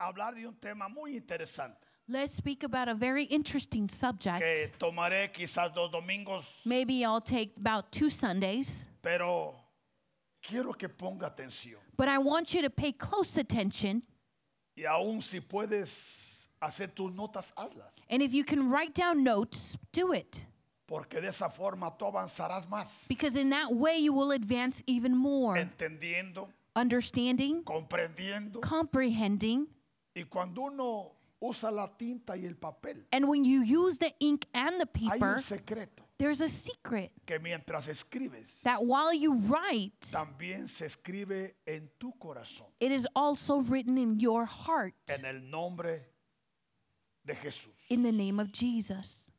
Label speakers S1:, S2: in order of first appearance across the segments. S1: hablar de un tema muy interesante
S2: Let's speak about a very interesting
S1: que
S2: subject.
S1: tomaré quizás dos domingos,
S2: Maybe I'll take about two Sundays,
S1: pero quiero que ponga atención.
S2: but I want you to pay close attention.
S1: Y aún si puedes hacer tus notas, hazlas,
S2: And if you can write down notes, do it.
S1: porque de esa forma tú avanzarás más,
S2: Because in that way, you will advance even more.
S1: entendiendo,
S2: Understanding,
S1: comprendiendo.
S2: comprehending,
S1: Y cuando uno usa la tinta y el papel,
S2: and when you use the ink and the
S1: hay un
S2: paper,
S1: secreto
S2: there's a secret
S1: que mientras escribes,
S2: that while you write,
S1: también se escribe en tu corazón,
S2: it is also written in your heart
S1: en el nombre de Jesús.
S2: in the name of Jesus.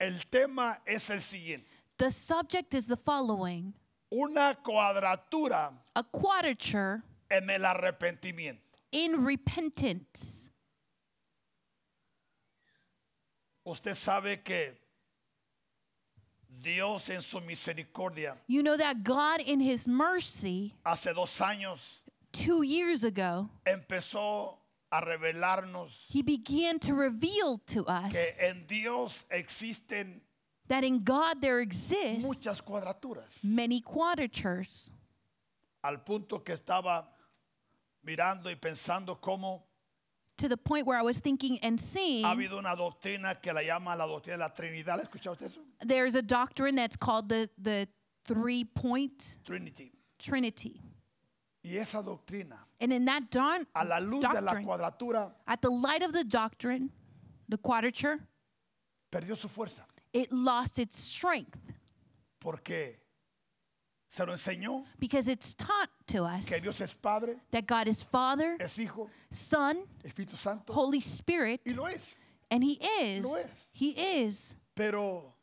S1: El tema es el siguiente.
S2: The subject is the following
S1: Una cuadratura
S2: a quadrature
S1: en el arrepentimiento.
S2: in repentance.
S1: Usted sabe que Dios en su misericordia,
S2: You know that God, in His mercy,
S1: hace dos años,
S2: two years ago,
S1: empezó a revelarnos
S2: He began to reveal to us
S1: que en Dios existen
S2: that in God there exists
S1: muchas cuadraturas.
S2: many quadratures.
S1: Al punto que estaba mirando y pensando cómo
S2: To the point where I was thinking and
S1: ha
S2: seeing,
S1: habido una doctrina que la llama la doctrina de la Trinidad. ¿La escuchado usted eso?
S2: there's a doctrine that's called the, the three point
S1: Trinity.
S2: Trinity.
S1: Y esa doctrina,
S2: And in that don-
S1: a la luz de la
S2: doctrine,
S1: cuadratura,
S2: at the light of the doctrine, the quadrature,
S1: perdió su fuerza.
S2: it lost its strength
S1: Porque se lo enseñó
S2: because it's taught to us
S1: que Dios es Padre,
S2: that God is Father,
S1: es Hijo,
S2: Son,
S1: Espíritu Santo,
S2: Holy Spirit,
S1: y lo es.
S2: and He is.
S1: Lo es.
S2: He is.
S1: Pero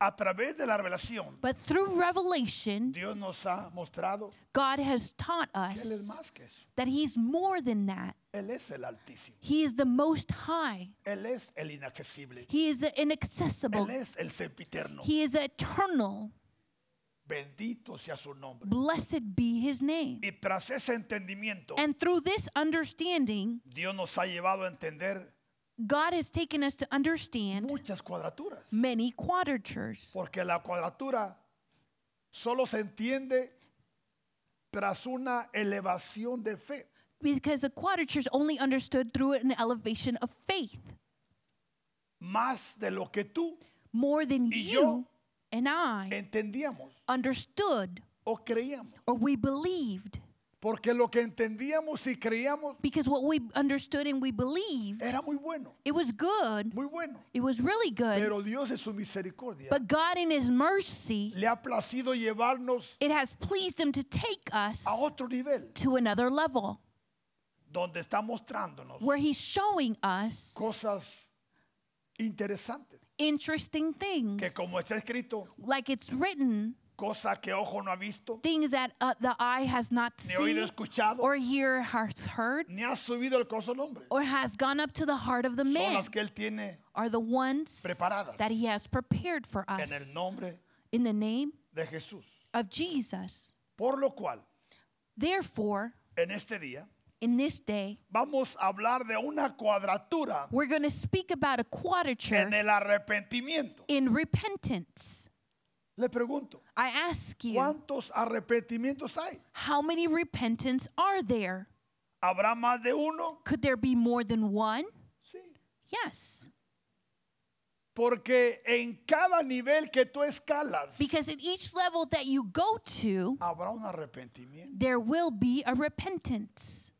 S1: a través de la revelación,
S2: But through revelation,
S1: Dios nos ha mostrado
S2: God has taught
S1: que Él es
S2: us
S1: más que eso.
S2: that He's more than that.
S1: Él es el Altísimo.
S2: He is the Most High.
S1: Él es el inaccesible.
S2: He is the inaccessible.
S1: Él es el sempiterno.
S2: He is eternal.
S1: Bendito sea su nombre.
S2: Blessed be His name.
S1: Y tras ese entendimiento,
S2: And through this understanding,
S1: Dios nos ha llevado a entender
S2: God has taken us to understand
S1: muchas cuadraturas.
S2: many quadratures.
S1: Porque la cuadratura solo se entiende tras una elevación de fe.
S2: Because the quadrature is only understood through an elevation of faith.
S1: Más de lo que tú
S2: More than
S1: Y
S2: you
S1: yo-
S2: and I
S1: entendíamos
S2: understood
S1: o creíamos.
S2: or we believed.
S1: Porque lo que entendíamos y creíamos
S2: Because what we understood and we believed,
S1: era muy bueno,
S2: it was good.
S1: muy bueno.
S2: It was really good.
S1: Pero Dios en su misericordia
S2: But God, in His mercy,
S1: le ha placido llevarnos
S2: it has pleased Him to take us
S1: a otro nivel
S2: to another level
S1: donde está mostrándonos
S2: where He's showing us
S1: cosas interesantes.
S2: interesting things.
S1: Que como está escrito,
S2: Like it's written,
S1: cosas que ojo no ha visto,
S2: things that uh, the eye has not
S1: ni oído
S2: seen,
S1: escuchado,
S2: or ear has heard,
S1: ni ha subido el corazón del hombre.
S2: or has gone up to the heart of the
S1: Son
S2: man
S1: las que él tiene
S2: are the ones
S1: preparadas
S2: that He has prepared for
S1: en el
S2: us
S1: nombre
S2: in the name
S1: de Jesús.
S2: of Jesus.
S1: Por lo cual,
S2: Therefore,
S1: en este día
S2: in this day,
S1: vamos a hablar de una cuadratura
S2: we're going to speak about a quadrature
S1: en el arrepentimiento.
S2: in repentance.
S1: Le pregunto,
S2: I ask you,
S1: ¿cuántos arrepentimientos hay?
S2: how many repentance are there?
S1: ¿Habrá más de uno?
S2: Could there be more than one?
S1: Sí.
S2: Yes.
S1: Porque en cada nivel que tú escalas,
S2: Because at each level that you go to,
S1: habrá un arrepentimiento.
S2: there will be a repentance.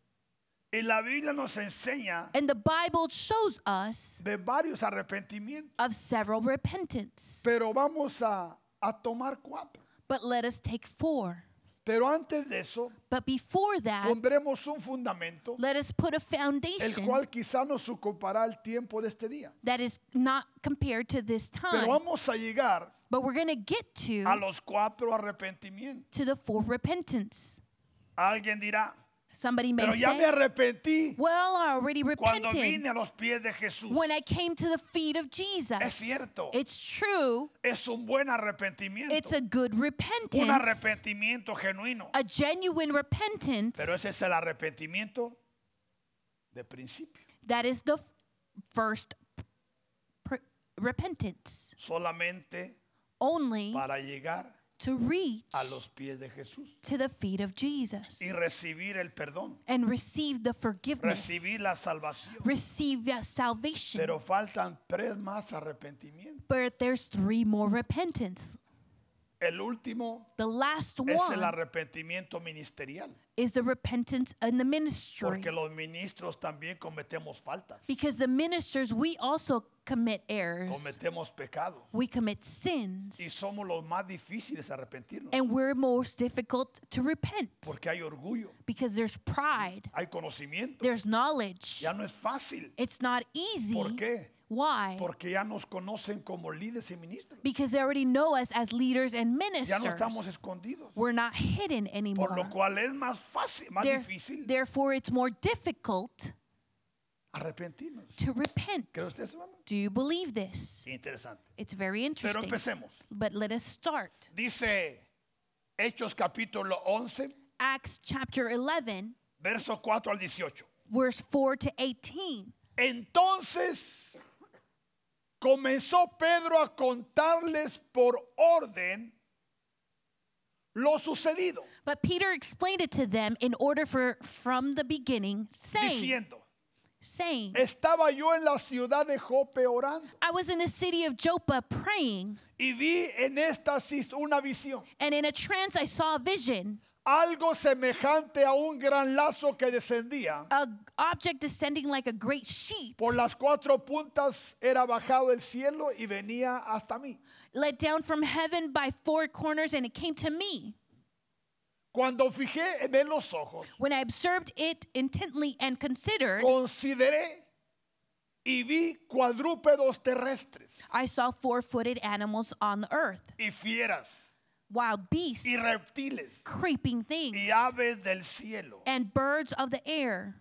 S1: Y la Biblia nos enseña
S2: And the Bible shows us
S1: de varios arrepentimientos,
S2: of several repentance.
S1: pero vamos a, a tomar cuatro.
S2: But let us take four.
S1: Pero antes de eso,
S2: But before that,
S1: pondremos un fundamento
S2: let us put a
S1: el
S2: foundation
S1: cual quizá nos ocupará el tiempo de este día.
S2: that is not compared to this
S1: Pero
S2: time.
S1: vamos a llegar
S2: But we're going to get
S1: a
S2: to
S1: los cuatro arrepentimientos.
S2: to the full repentance.
S1: Alguien dirá,
S2: Somebody may
S1: pero ya me
S2: say,
S1: arrepentí
S2: "Well, I already
S1: cuando
S2: repented
S1: vine a los pies de Jesús.
S2: when I came to the feet of Jesus."
S1: cierto.
S2: It's true.
S1: Es un buen
S2: It's
S1: arrepentimiento,
S2: a good
S1: un
S2: repentance.
S1: arrepentimiento genuino.
S2: A genuine repentance.
S1: Pero ese es el arrepentimiento de principio.
S2: That is the f- first pr- repentance,
S1: Solamente
S2: only
S1: para llegar
S2: to reach
S1: a los pies de Jesús
S2: to the feet of Jesus
S1: y recibir el perdón,
S2: and receive the forgiveness,
S1: recibir la salvación.
S2: receive that salvation.
S1: Pero faltan tres más arrepentimientos.
S2: but there's three more repentance.
S1: El último
S2: The last
S1: es el
S2: one
S1: arrepentimiento ministerial,
S2: is the repentance in the ministry.
S1: porque los ministros también cometemos faltas,
S2: Because the ministers, we also commit errors.
S1: cometemos pecados
S2: We commit
S1: y
S2: sins.
S1: somos los más difíciles de arrepentirnos,
S2: And we're most difficult to repent
S1: porque hay orgullo,
S2: because there's pride,
S1: hay conocimiento.
S2: there's knowledge.
S1: Ya no es fácil.
S2: It's not easy.
S1: ¿Por qué?
S2: Why?
S1: Porque ya nos conocen como líderes y ministros.
S2: Because they already know us as leaders and
S1: Ya no estamos
S2: ministers.
S1: escondidos.
S2: We're not hidden
S1: Por lo
S2: anymore.
S1: cual es más fácil, más
S2: There-
S1: difícil
S2: therefore, it's more difficult
S1: arrepentirnos.
S2: to repent.
S1: ¿Cree usted, hermano?
S2: Do you believe this?
S1: Interesante.
S2: It's very
S1: Pero
S2: interesting.
S1: empecemos.
S2: But let us start.
S1: Dice Hechos capítulo 11,
S2: Acts chapter 11,
S1: verso 4 al 18.
S2: verse 4 to 18.
S1: Entonces comenzó Pedro a contarles por orden lo sucedido,
S2: But Peter explained it to them in order for from the beginning, saying,
S1: diciendo,
S2: saying,
S1: estaba yo en la ciudad de Jope orando
S2: I was in the city of Joppa praying,
S1: y vi en éxtasis una visión,
S2: and in a trance I saw a vision,
S1: algo semejante a un gran lazo que descendía.
S2: a object descending like a great sheet,
S1: Por las cuatro puntas era bajado del cielo y venía hasta mí.
S2: let down from heaven by four corners, and it came to me.
S1: Cuando fijé en él los ojos,
S2: When I observed it intently and considered,
S1: consideré y vi cuadrúpedos terrestres
S2: I saw four-footed animals on the earth,
S1: y fieras
S2: wild beasts,
S1: y reptiles
S2: creeping
S1: y
S2: things,
S1: aves del cielo.
S2: and birds of the air.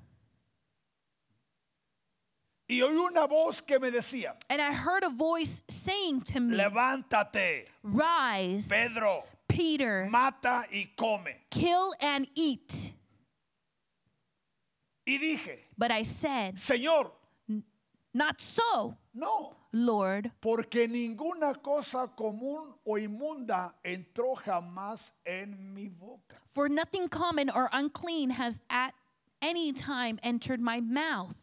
S1: Y oí una voz que me decía,
S2: And I heard a voice saying to me,
S1: levántate,
S2: Rise,
S1: Pedro,
S2: Peter,
S1: mata y come.
S2: kill and eat.
S1: Y dije,
S2: But I said,
S1: Señor,
S2: Not so,
S1: no,
S2: Lord,
S1: porque ninguna cosa común o inmunda entró jamás en mi boca.
S2: for nothing common or unclean has at any time entered my mouth.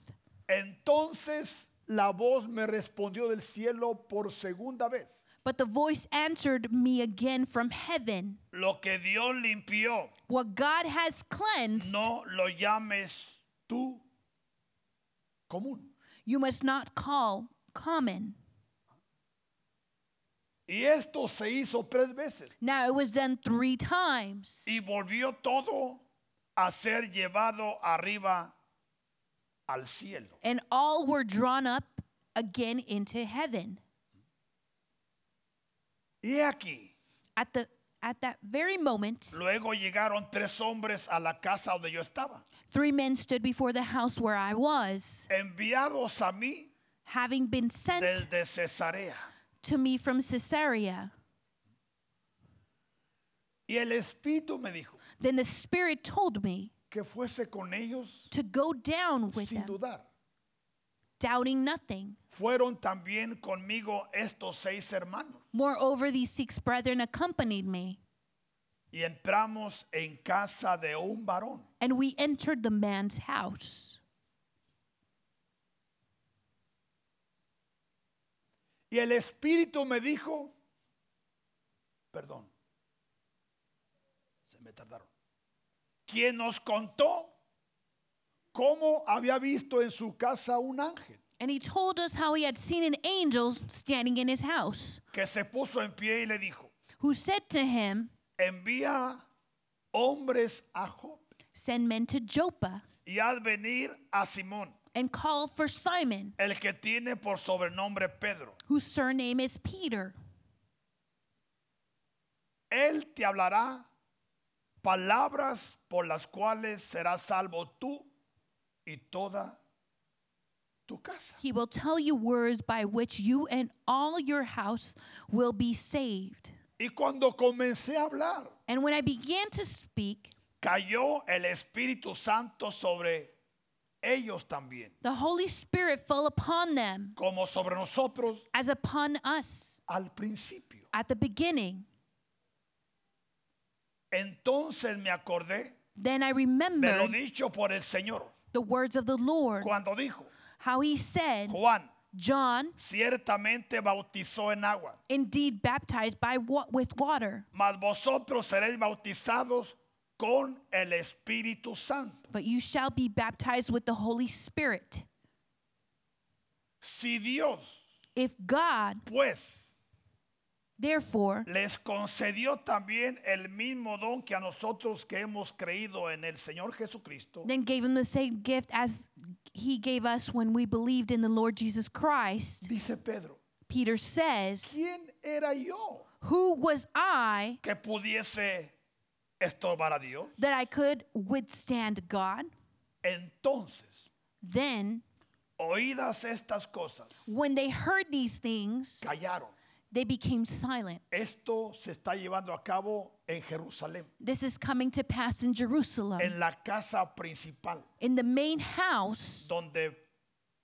S1: Entonces la voz me respondió del cielo por segunda vez.
S2: But the voice answered me again from heaven
S1: Lo que Dios limpió,
S2: What God has cleansed,
S1: no lo llames tú común.
S2: you must not call common.
S1: Y esto se hizo tres veces.
S2: Now it was done three times.
S1: Y volvió todo a ser llevado arriba al cielo.
S2: and all were drawn up again into heaven.
S1: Y he aquí,
S2: At the at that very moment,
S1: luego llegaron tres hombres a la casa donde yo estaba,
S2: three men stood before the house where I was,
S1: enviados a mí
S2: having been sent
S1: desde Cesarea.
S2: to me from Caesarea.
S1: Y el Espíritu me dijo
S2: Then the Spirit told me
S1: que fuese con ellos
S2: to go down with
S1: sin
S2: them,
S1: dudar.
S2: doubting nothing.
S1: Fueron también conmigo estos seis hermanos.
S2: Moreover, these six brethren accompanied me,
S1: Y entramos en casa de un varón
S2: and we entered the man's house.
S1: Y el Espíritu me dijo, perdón, se me tardaron, quien nos contó cómo había visto en su casa un ángel
S2: And he told us how he had seen an angel standing in his house,
S1: que se puso en pie y le dijo,
S2: who said to him,
S1: envía hombres a Job
S2: Send men to Joppa
S1: y haz venir a Simón,
S2: and call for Simon,
S1: el que tiene por sobrenombre Pedro.
S2: whose surname is Peter.
S1: Él te hablará palabras por las cuales serás salvo tú y toda tu casa.
S2: He will tell you words by which you and all your house will be saved.
S1: Y cuando comencé a hablar,
S2: And when I began to speak,
S1: cayó el Espíritu Santo sobre ellos también,
S2: The Holy Spirit fell upon them
S1: como sobre nosotros
S2: as upon us
S1: al principio.
S2: at the beginning.
S1: Entonces me acordé
S2: Then I
S1: de lo
S2: remembered
S1: dicho por el Señor
S2: the words of the Lord,
S1: cuando dijo,
S2: how he said,
S1: Juan
S2: John
S1: ciertamente bautizó en agua,
S2: indeed baptized by wa- with water,
S1: mas vosotros seréis bautizados con el Espíritu Santo.
S2: but you shall be baptized with the Holy Spirit.
S1: Si Dios,
S2: If God,
S1: pues,
S2: therefore,
S1: les concedió también el mismo don que a nosotros que hemos creído en el Señor Jesucristo,
S2: then gave him the same gift as he gave us when we believed in the Lord Jesus Christ,
S1: dice Pedro,
S2: Peter says,
S1: ¿quién era yo
S2: Who was I
S1: que pudiese estorbar a Dios?
S2: that I could withstand God?
S1: Entonces,
S2: Then,
S1: oídas estas cosas,
S2: when they heard these things,
S1: callaron.
S2: they became silent.
S1: Esto se está llevando a cabo en Jerusalén,
S2: This is coming to pass in Jerusalem,
S1: en la casa principal,
S2: in the main house
S1: donde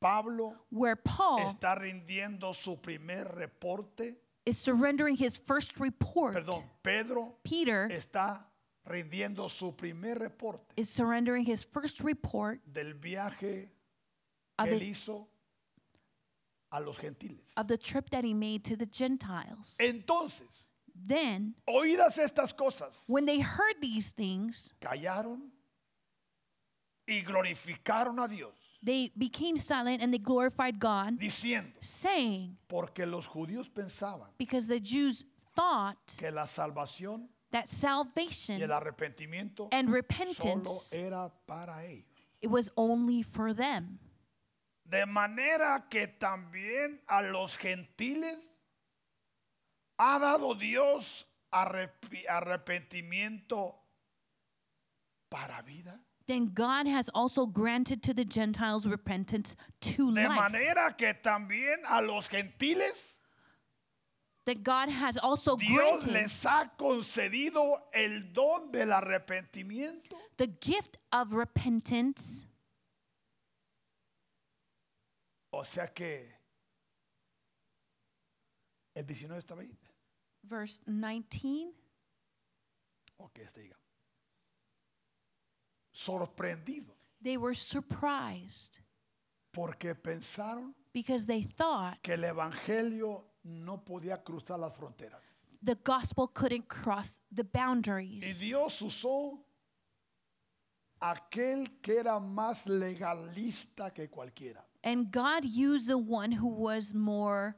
S1: Pablo
S2: where Paul
S1: está rindiendo su primer reporte,
S2: is surrendering his first report.
S1: perdón, Pedro
S2: Peter
S1: está rindiendo su primer reporte
S2: is surrendering his first report
S1: del viaje
S2: of
S1: que él
S2: the,
S1: hizo a los gentiles.
S2: of the trip that he made to the Gentiles.
S1: Entonces,
S2: Then,
S1: oídas estas cosas,
S2: when they heard these things,
S1: callaron y glorificaron a Dios,
S2: they became silent and they glorified God,
S1: diciendo,
S2: saying,
S1: porque los judíos pensaban
S2: Because the Jews thought
S1: que la salvación
S2: that
S1: y el
S2: salvation
S1: arrepentimiento
S2: and
S1: solo
S2: repentance
S1: era para ellos.
S2: it was only for them.
S1: De manera que también a los gentiles ha dado Dios arrepi- arrepentimiento para vida.
S2: Then God has also granted to the Gentiles repentance to
S1: De
S2: life.
S1: manera que también a los gentiles
S2: That God has also
S1: Dios
S2: granted
S1: les ha concedido el don del arrepentimiento.
S2: the gift of repentance.
S1: O sea que el 19 estaba ahí.
S2: Verse 19.
S1: Ok, este llega. Sorprendidos
S2: They were surprised
S1: porque pensaron
S2: because they thought
S1: que el evangelio no podía cruzar las fronteras.
S2: the gospel couldn't cross the
S1: Y
S2: boundaries.
S1: Dios usó aquel que era más legalista que cualquiera,
S2: And God used the one who was more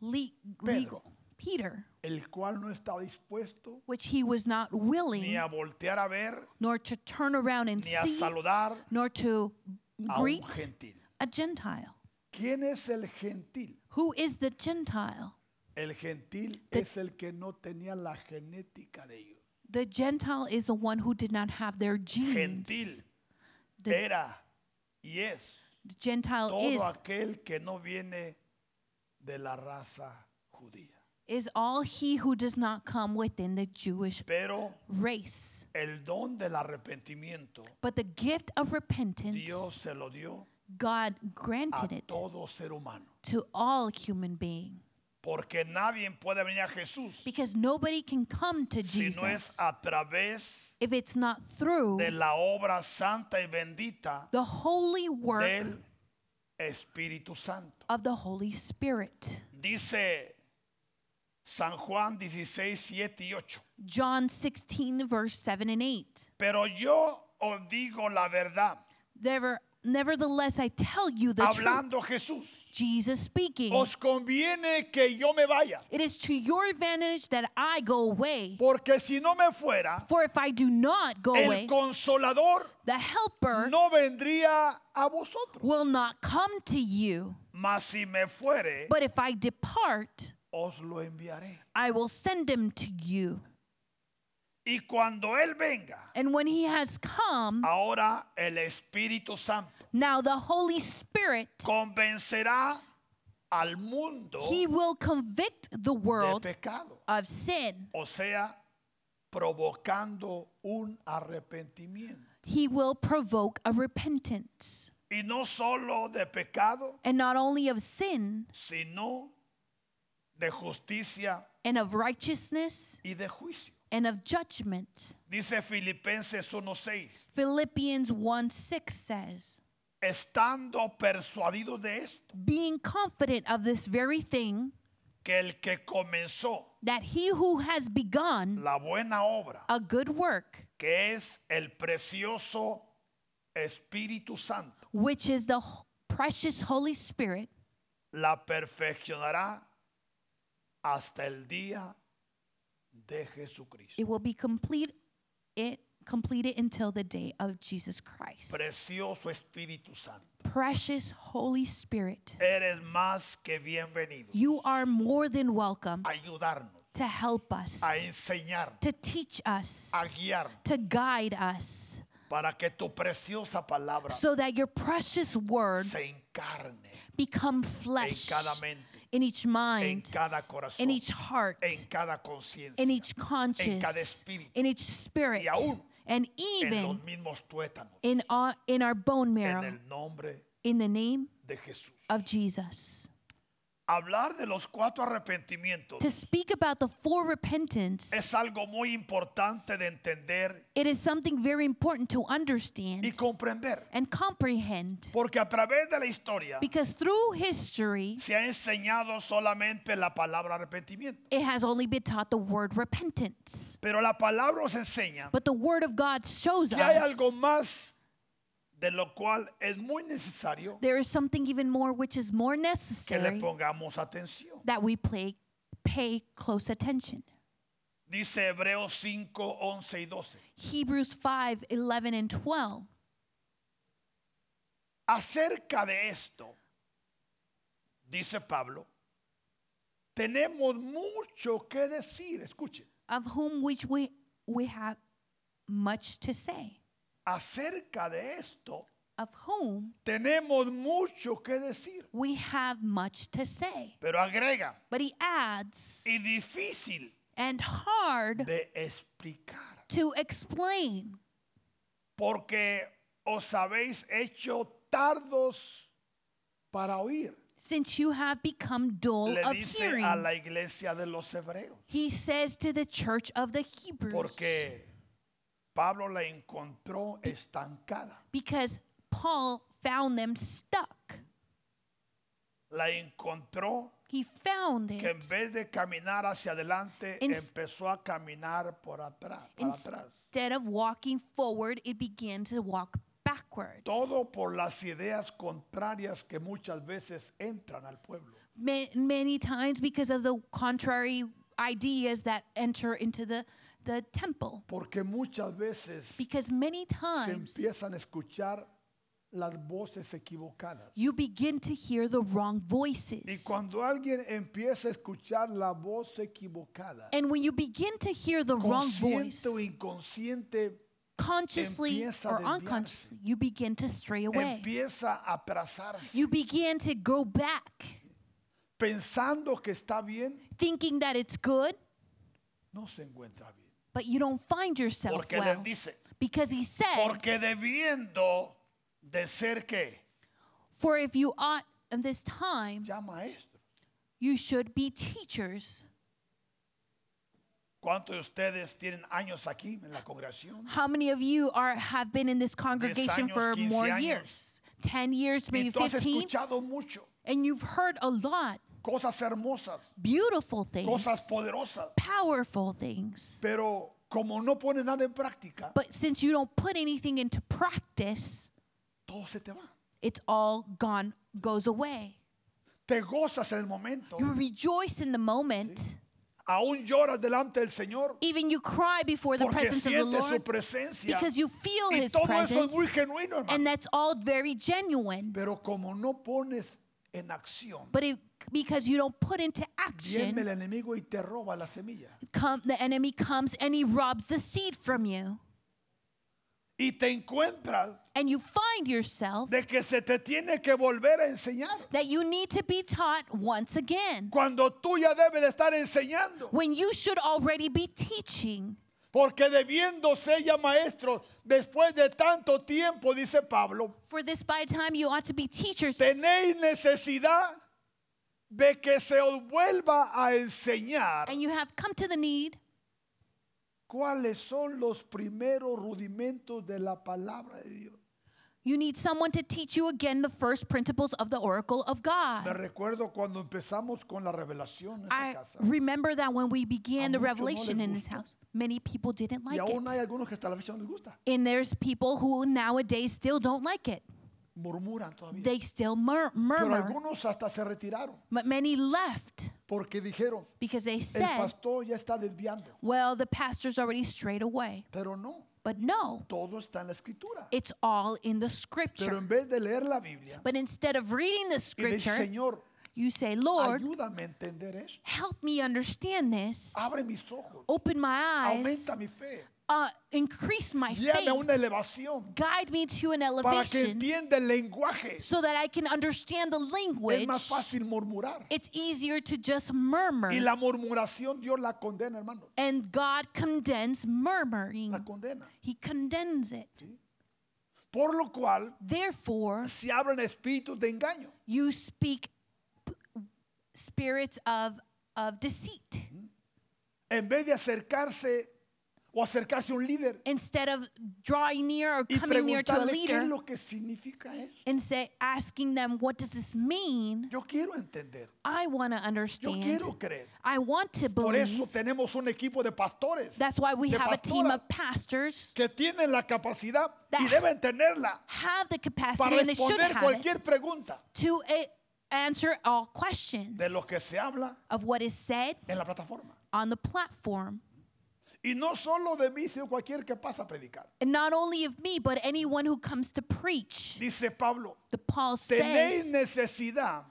S2: le- legal, Peter,
S1: el cual no estaba dispuesto
S2: which he was not
S1: ni
S2: willing
S1: a voltear a ver,
S2: nor to turn around and
S1: ni a
S2: see,
S1: saludar
S2: nor to
S1: a un
S2: greet
S1: gentil.
S2: a Gentile.
S1: ¿Quién es el gentil?
S2: Who is the Gentile?
S1: El gentil
S2: The-
S1: es el que no tenía la genética de ellos.
S2: The Gentile is the one who did not have their genes.
S1: Gentil
S2: The-
S1: era y es
S2: The Gentile
S1: todo
S2: is
S1: aquel que no viene de la raza judía.
S2: is all he who does not come within the Jewish
S1: Pero
S2: race.
S1: el don del arrepentimiento
S2: But the gift of
S1: Dios
S2: repentance,
S1: se lo dio
S2: God
S1: a
S2: granted it
S1: todo ser humano,
S2: to all human being
S1: porque nadie puede venir a Jesús
S2: because nobody can come to
S1: si no es
S2: Jesus
S1: a través
S2: if it's not through
S1: de la obra santa y bendita
S2: the holy work
S1: del Espíritu Santo.
S2: of the Holy Spirit.
S1: Dice San Juan 16, 7 y 8.
S2: John 16 verse 7 and 8.
S1: Pero yo os digo la verdad,
S2: Never, nevertheless I tell you the truth.
S1: hablando Jesús.
S2: Jesus speaking.
S1: Os conviene que yo me vaya,
S2: It is to your advantage that I go away.
S1: porque si no me fuera,
S2: For if I do not go
S1: el
S2: away,
S1: consolador
S2: the helper
S1: no vendría a vosotros.
S2: will not come to you.
S1: Mas si me fuere,
S2: But if I depart,
S1: os lo enviaré.
S2: I will send him to you.
S1: Y cuando él venga,
S2: And when he has come,
S1: Ah. ahora el Espíritu Santo
S2: now the Holy Spirit,
S1: convencerá al mundo
S2: he will convict
S1: de
S2: the world
S1: pecado,
S2: of sin.
S1: o sea, provocando un arrepentimiento.
S2: he will provoke a repentance.
S1: Y no solo de pecado,
S2: And not only of sin,
S1: sino de justicia
S2: and of righteousness,
S1: y de juicio.
S2: and of judgment.
S1: Dice Filipenses 1:6,
S2: Philippians 1 6 says,
S1: estando persuadidos de esto,
S2: Being confident of this very thing,
S1: que el que comenzó
S2: that he who has begun
S1: la buena obra,
S2: a good work,
S1: que es el precioso Espíritu Santo,
S2: which is the h- precious Holy Spirit,
S1: la perfeccionará hasta el día de Jesucristo.
S2: it will be complete it completed until the day of Jesus Christ.
S1: Precioso Espíritu Santo,
S2: Precious Holy Spirit,
S1: eres más que bienvenido
S2: you are more than welcome
S1: a ayudarnos,
S2: to help us,
S1: a enseñarnos,
S2: to teach us,
S1: a guiarnos,
S2: to guide us,
S1: para que tu preciosa palabra
S2: so that your precious word
S1: se encarne
S2: become
S1: en
S2: flesh
S1: cada mente,
S2: in each
S1: en
S2: mind,
S1: cada corazón,
S2: in each heart,
S1: en cada
S2: in
S1: conciencia,
S2: each conscience,
S1: espíritu.
S2: in each spirit,
S1: aún
S2: and
S1: en
S2: even
S1: los mismos tuétanos,
S2: in our, in our bone
S1: en
S2: marrow,
S1: el nombre
S2: in the name
S1: de Jesús.
S2: of Jesus.
S1: Hablar de los cuatro arrepentimientos
S2: To speak about the full repentance,
S1: es algo muy importante de entender
S2: it is something very important to
S1: y
S2: understand
S1: comprender,
S2: and comprehend
S1: porque a través de la historia
S2: because through history,
S1: se ha enseñado solamente la palabra arrepentimiento,
S2: it has only been taught the word repentance.
S1: pero la palabra nos enseña
S2: But the word of God shows
S1: que hay
S2: us
S1: algo más de lo cual es muy necesario
S2: there is something even more which is more
S1: que le
S2: necessary
S1: pongamos atención.
S2: that we play, pay close attention.
S1: Dice Hebreos 5, 11 y 12.
S2: Hebrews 5 11 and 12.
S1: Acerca de esto, dice Pablo, tenemos mucho que decir. Escuchen,
S2: of whom which we we have much to say
S1: acerca de esto,
S2: of whom
S1: tenemos mucho que decir.
S2: we have much to say
S1: Pero agrega,
S2: but he adds
S1: y difícil
S2: and hard
S1: de explicar,
S2: to explain
S1: porque os habéis hecho tardos para oír.
S2: since you have become dull
S1: Le
S2: of
S1: dice a
S2: hearing
S1: la iglesia de los hebreos,
S2: he says to the church of the hebrews
S1: porque Pablo la encontró estancada.
S2: because paul found them stuck
S1: la encontró
S2: he found
S1: que en
S2: it
S1: vez de caminar hacia adelante
S2: En-
S1: empezó a caminar por atrás, para atrás.
S2: instead of walking forward it began to walk backwards
S1: Todo por las ideas contrarias que muchas veces entran al pueblo.
S2: ma- many times because of the contrary ideas that enter into the, the temple.
S1: Porque muchas veces
S2: Because many
S1: se
S2: times
S1: empiezan a escuchar las voces equivocadas.
S2: you begin to hear the wrong
S1: Y
S2: voices.
S1: cuando alguien empieza a escuchar la voz equivocada,
S2: And when you begin to hear the wrong voice,
S1: consciente o inconsciente,
S2: consciously
S1: empieza a
S2: or
S1: desviarse.
S2: unconsciously, you begin to stray away.
S1: empieza a aplazarse,
S2: You begin to go back,
S1: pensando que está bien,
S2: thinking that it's good,
S1: no se encuentra bien.
S2: but you don't find yourself
S1: Porque les
S2: well.
S1: dice,
S2: Because he
S1: porque
S2: says,
S1: debiendo de ser que
S2: For if you ought in this time,
S1: ya maestro.
S2: you should be teachers.
S1: ¿Cuántos de ustedes tienen años aquí en la congregación?
S2: How many of you are have been in this congregation
S1: años,
S2: for
S1: 15
S2: more
S1: años.
S2: years? 10 years,
S1: Y
S2: maybe
S1: tú has
S2: 15?
S1: escuchado mucho,
S2: And you've heard a lot,
S1: cosas hermosas,
S2: beautiful things,
S1: cosas poderosas,
S2: powerful things.
S1: pero como no pones nada en práctica,
S2: But since you don't put anything into practice,
S1: todo se te va.
S2: it's all gone goes away.
S1: Te gozas en el momento,
S2: You rejoice in the moment,
S1: aún lloras delante del Señor
S2: even you cry before the
S1: porque
S2: presence of the
S1: sientes su
S2: Lord
S1: presencia
S2: because you feel
S1: y
S2: his
S1: todo eso es muy
S2: presence.
S1: genuino, hermano.
S2: And that's all very genuine.
S1: Pero como no pones en acción,
S2: But it, because you don't put into
S1: viene
S2: action,
S1: el enemigo y te roba la semilla.
S2: come, the enemy comes and he robs the seed from you.
S1: y te encuentras
S2: And you find yourself
S1: de que se te tiene que volver a enseñar
S2: that you need to be taught once again
S1: cuando tú ya debes de estar enseñando
S2: when you should already be teaching.
S1: Porque debiéndose ella maestros, después de tanto tiempo, dice Pablo,
S2: For this by time you ought to be teachers.
S1: tenéis necesidad de que se os vuelva a enseñar
S2: And you have come to the need
S1: cuáles son los primeros rudimentos de la palabra de Dios.
S2: You need someone to teach you again the first principles of the oracle of
S1: Me
S2: God.
S1: recuerdo cuando empezamos con la revelación en esta
S2: I
S1: casa.
S2: remember that when we began the
S1: muchos no
S2: revelation
S1: les
S2: in this
S1: gusta.
S2: house, many people didn't
S1: Y
S2: like
S1: aún hay
S2: it.
S1: algunos que hasta la fecha no les gusta.
S2: And there's people who nowadays still don't like it.
S1: Murmuran todavía.
S2: They still mur-
S1: Pero
S2: murmur.
S1: algunos hasta se retiraron
S2: But many left
S1: porque dijeron,
S2: because they
S1: el
S2: said,
S1: pastor ya está desviando.
S2: well, the pastor's already strayed away.
S1: Pero no,
S2: But no,
S1: todo está en la escritura.
S2: it's all in the
S1: Pero
S2: scripture.
S1: en vez de leer la Biblia
S2: But instead of reading the
S1: y decir,
S2: scripture,
S1: Señor,
S2: you say, Lord,
S1: ayúdame a entender eso.
S2: help me understand this.
S1: Abre mis ojos.
S2: Open my eyes.
S1: Ah, Aumenta mi fe.
S2: uh, increase my
S1: Llévame a
S2: faith,
S1: una elevación
S2: guide me to an
S1: para que
S2: elevation
S1: entienda el lenguaje.
S2: so that I can understand the
S1: Es
S2: language.
S1: más fácil murmurar.
S2: It's easier to just murmur.
S1: Y la murmuración Dios la condena, hermano.
S2: And God condemns
S1: La
S2: murmuring,
S1: condena.
S2: He condemns it.
S1: Por lo cual
S2: Therefore,
S1: se abren espíritus de engaño.
S2: you speak p- spirits of, of deceit
S1: En vez de acercarse o acercarse a un líder
S2: instead of drawing near or
S1: y
S2: coming near to a
S1: preguntarle qué es
S2: leader
S1: lo que significa eso.
S2: and say, asking them, What does this mean?
S1: Yo quiero entender.
S2: I want to
S1: Yo
S2: understand.
S1: quiero creer.
S2: I want to
S1: Por
S2: believe.
S1: eso tenemos un equipo de pastores
S2: That's why we
S1: de
S2: have a team
S1: pastoras
S2: of pastors
S1: que tienen la capacidad y
S2: That-
S1: deben tenerla
S2: have the
S1: para
S2: capacity and they should
S1: responder
S2: have it
S1: cualquier pregunta
S2: to eh, answer all questions
S1: de lo que se habla
S2: of what is said
S1: en la plataforma.
S2: on the platform.
S1: Y no solo de mí, sino cualquier que pasa a predicar.
S2: And not only of me, but anyone who comes to preach.
S1: Dice Pablo,
S2: The Paul
S1: tenéis
S2: says,
S1: necesidad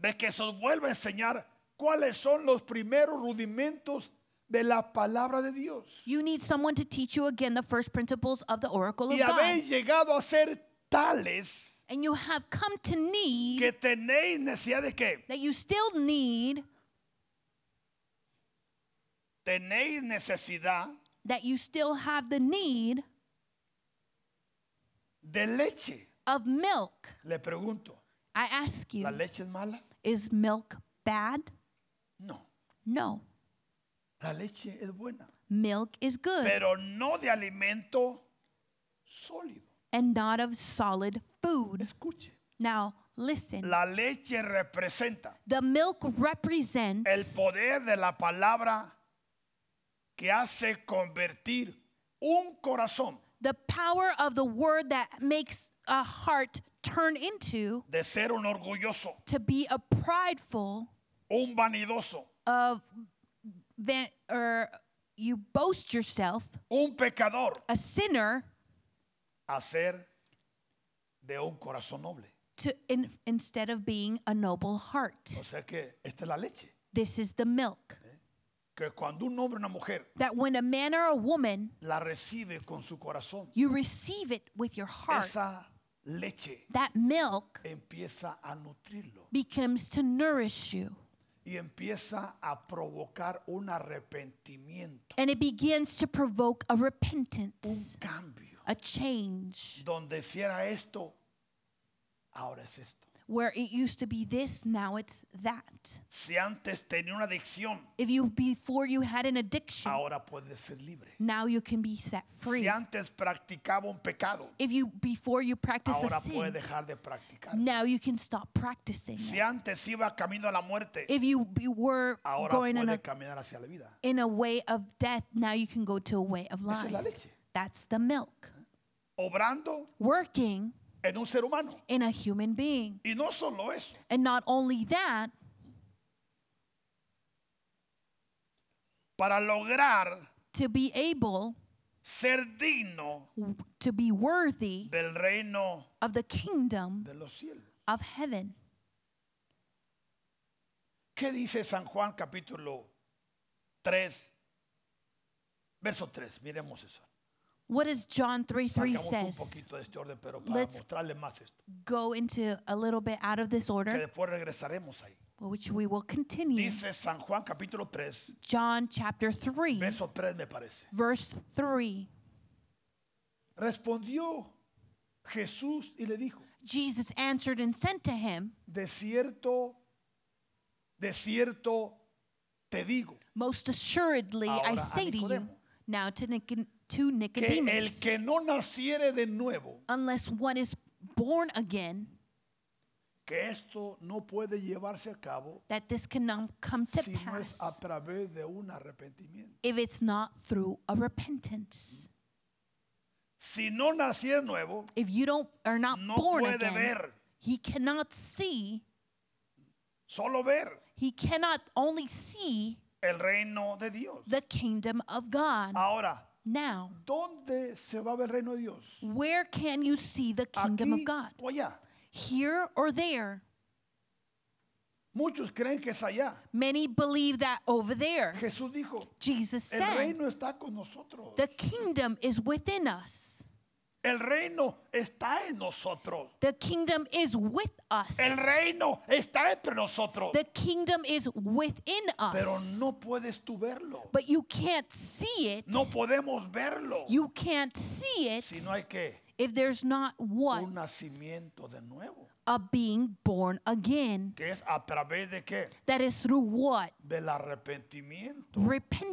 S1: de que se os vuelva a enseñar cuáles son los primeros rudimentos de la palabra de Dios.
S2: you need someone to teach you again the first principles of the oracle
S1: Y
S2: of God.
S1: habéis llegado a ser tales
S2: And you have come to need
S1: que tenéis necesidad de qué?
S2: that you still need
S1: Tenéis necesidad
S2: that you still have the need
S1: de leche.
S2: of milk.
S1: Le pregunto,
S2: I ask you,
S1: ¿la leche es mala?
S2: is milk bad?
S1: No,
S2: No.
S1: la leche es buena,
S2: Milk is good.
S1: pero no de alimento sólido.
S2: and not of solid food.
S1: Escuche,
S2: Now, listen.
S1: la leche representa
S2: The milk
S1: el
S2: represents
S1: poder de la palabra que hace convertir un corazón
S2: the power of the word that makes a heart turn into
S1: de ser un orgulloso,
S2: to be a prideful
S1: un vanidoso,
S2: of van, or you boast yourself
S1: un pecador,
S2: a sinner
S1: a ser de un corazón noble.
S2: to in, instead of being a noble heart.
S1: O sea que esta es la leche,
S2: This is the milk
S1: que cuando un hombre o una mujer
S2: that when a man or a woman
S1: la recibe con su corazón,
S2: you receive it with your heart,
S1: esa leche
S2: that milk
S1: empieza a nutrirlo
S2: becomes to nourish you.
S1: y empieza a provocar un arrepentimiento,
S2: And it begins to provoke a
S1: un
S2: repentance,
S1: cambio.
S2: a change,
S1: Donde si era esto, ahora es esto.
S2: where it used to be this, now it's that.
S1: Si antes tenía una adicción,
S2: If you before you had an addiction,
S1: ahora puede ser libre.
S2: now you can be set
S1: Si
S2: free.
S1: antes practicaba un pecado,
S2: If you before you practice a
S1: ahora puede
S2: sin,
S1: dejar de practicar.
S2: now you can stop practicing.
S1: Si
S2: it.
S1: antes iba camino a la muerte,
S2: If you be, were
S1: ahora
S2: going in
S1: puede
S2: a,
S1: caminar hacia la vida.
S2: in a way of death, now you can go to a way of
S1: Esa es la
S2: life.
S1: leche.
S2: That's the milk
S1: Obrando
S2: working
S1: en un ser humano.
S2: in a human being.
S1: Y no solo eso,
S2: And not only that,
S1: para lograr
S2: to be able
S1: ser digno
S2: w- to be worthy
S1: del reino
S2: of the kingdom
S1: de los cielos.
S2: of heaven.
S1: ¿Qué dice San Juan capítulo 3, verso 3? Miremos eso.
S2: What does John 3 3
S1: Sacamos un
S2: says?
S1: poquito de este orden, pero para
S2: Let's-
S1: mostrarles más esto,
S2: Go into a little bit out of this
S1: que
S2: order,
S1: después regresaremos ahí.
S2: which we will continue.
S1: Dice San Juan capítulo 3,
S2: John chapter 3,
S1: verso 3 me parece.
S2: verse 3.
S1: Respondió Jesús y le dijo,
S2: Jesus answered and said to him,
S1: de cierto, de cierto te digo,
S2: Most assuredly, I
S1: Ahora a
S2: say to you,
S1: Nicodemo.
S2: now to, Nicod-
S1: que
S2: to
S1: el
S2: Nicodemus,
S1: que no naciere de nuevo,
S2: unless one is born again,
S1: que esto no puede llevarse a cabo
S2: that this cannot come to
S1: si no es a
S2: pass
S1: través de un arrepentimiento.
S2: if it's not through a repentance.
S1: Si no naciere nuevo,
S2: If you don't are not
S1: No
S2: born
S1: puede
S2: again,
S1: ver.
S2: he cannot see.
S1: solo ver
S2: He cannot only see
S1: el reino de Dios.
S2: the kingdom of God.
S1: Ahora,
S2: Now,
S1: ¿dónde se va a ver el reino de Dios?
S2: where can you see the kingdom
S1: Aquí
S2: of God?
S1: o allá.
S2: Here or there?
S1: Muchos creen que es allá.
S2: Many believe that over there.
S1: Jesús dijo,
S2: Jesus
S1: el
S2: said,
S1: reino está con nosotros.
S2: The kingdom is within us.
S1: El reino está en nosotros.
S2: The kingdom is with us.
S1: El reino está entre nosotros.
S2: The kingdom is within
S1: Pero
S2: us.
S1: no puedes tú verlo.
S2: But you can't see it.
S1: No podemos verlo.
S2: You can't see it
S1: Si no hay que
S2: if there's not what?
S1: un nacimiento de nuevo,
S2: A being born again.
S1: que es a través de qué?
S2: That is through what?
S1: Del arrepentimiento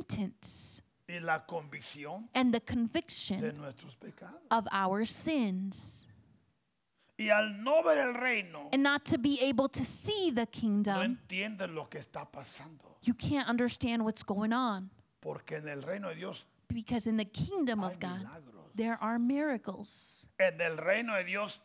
S2: Repentance
S1: y la convicción
S2: and the
S1: de
S2: conviction
S1: nuestros pecados.
S2: of our sins.
S1: Y al no ver el reino,
S2: And not to be able to see the
S1: no
S2: kingdom,
S1: entiendes lo que está pasando,
S2: you can't understand what's going on.
S1: porque en el reino de Dios
S2: Because in the kingdom
S1: hay
S2: of God,
S1: milagros.
S2: there are miracles.
S1: En el reino de Dios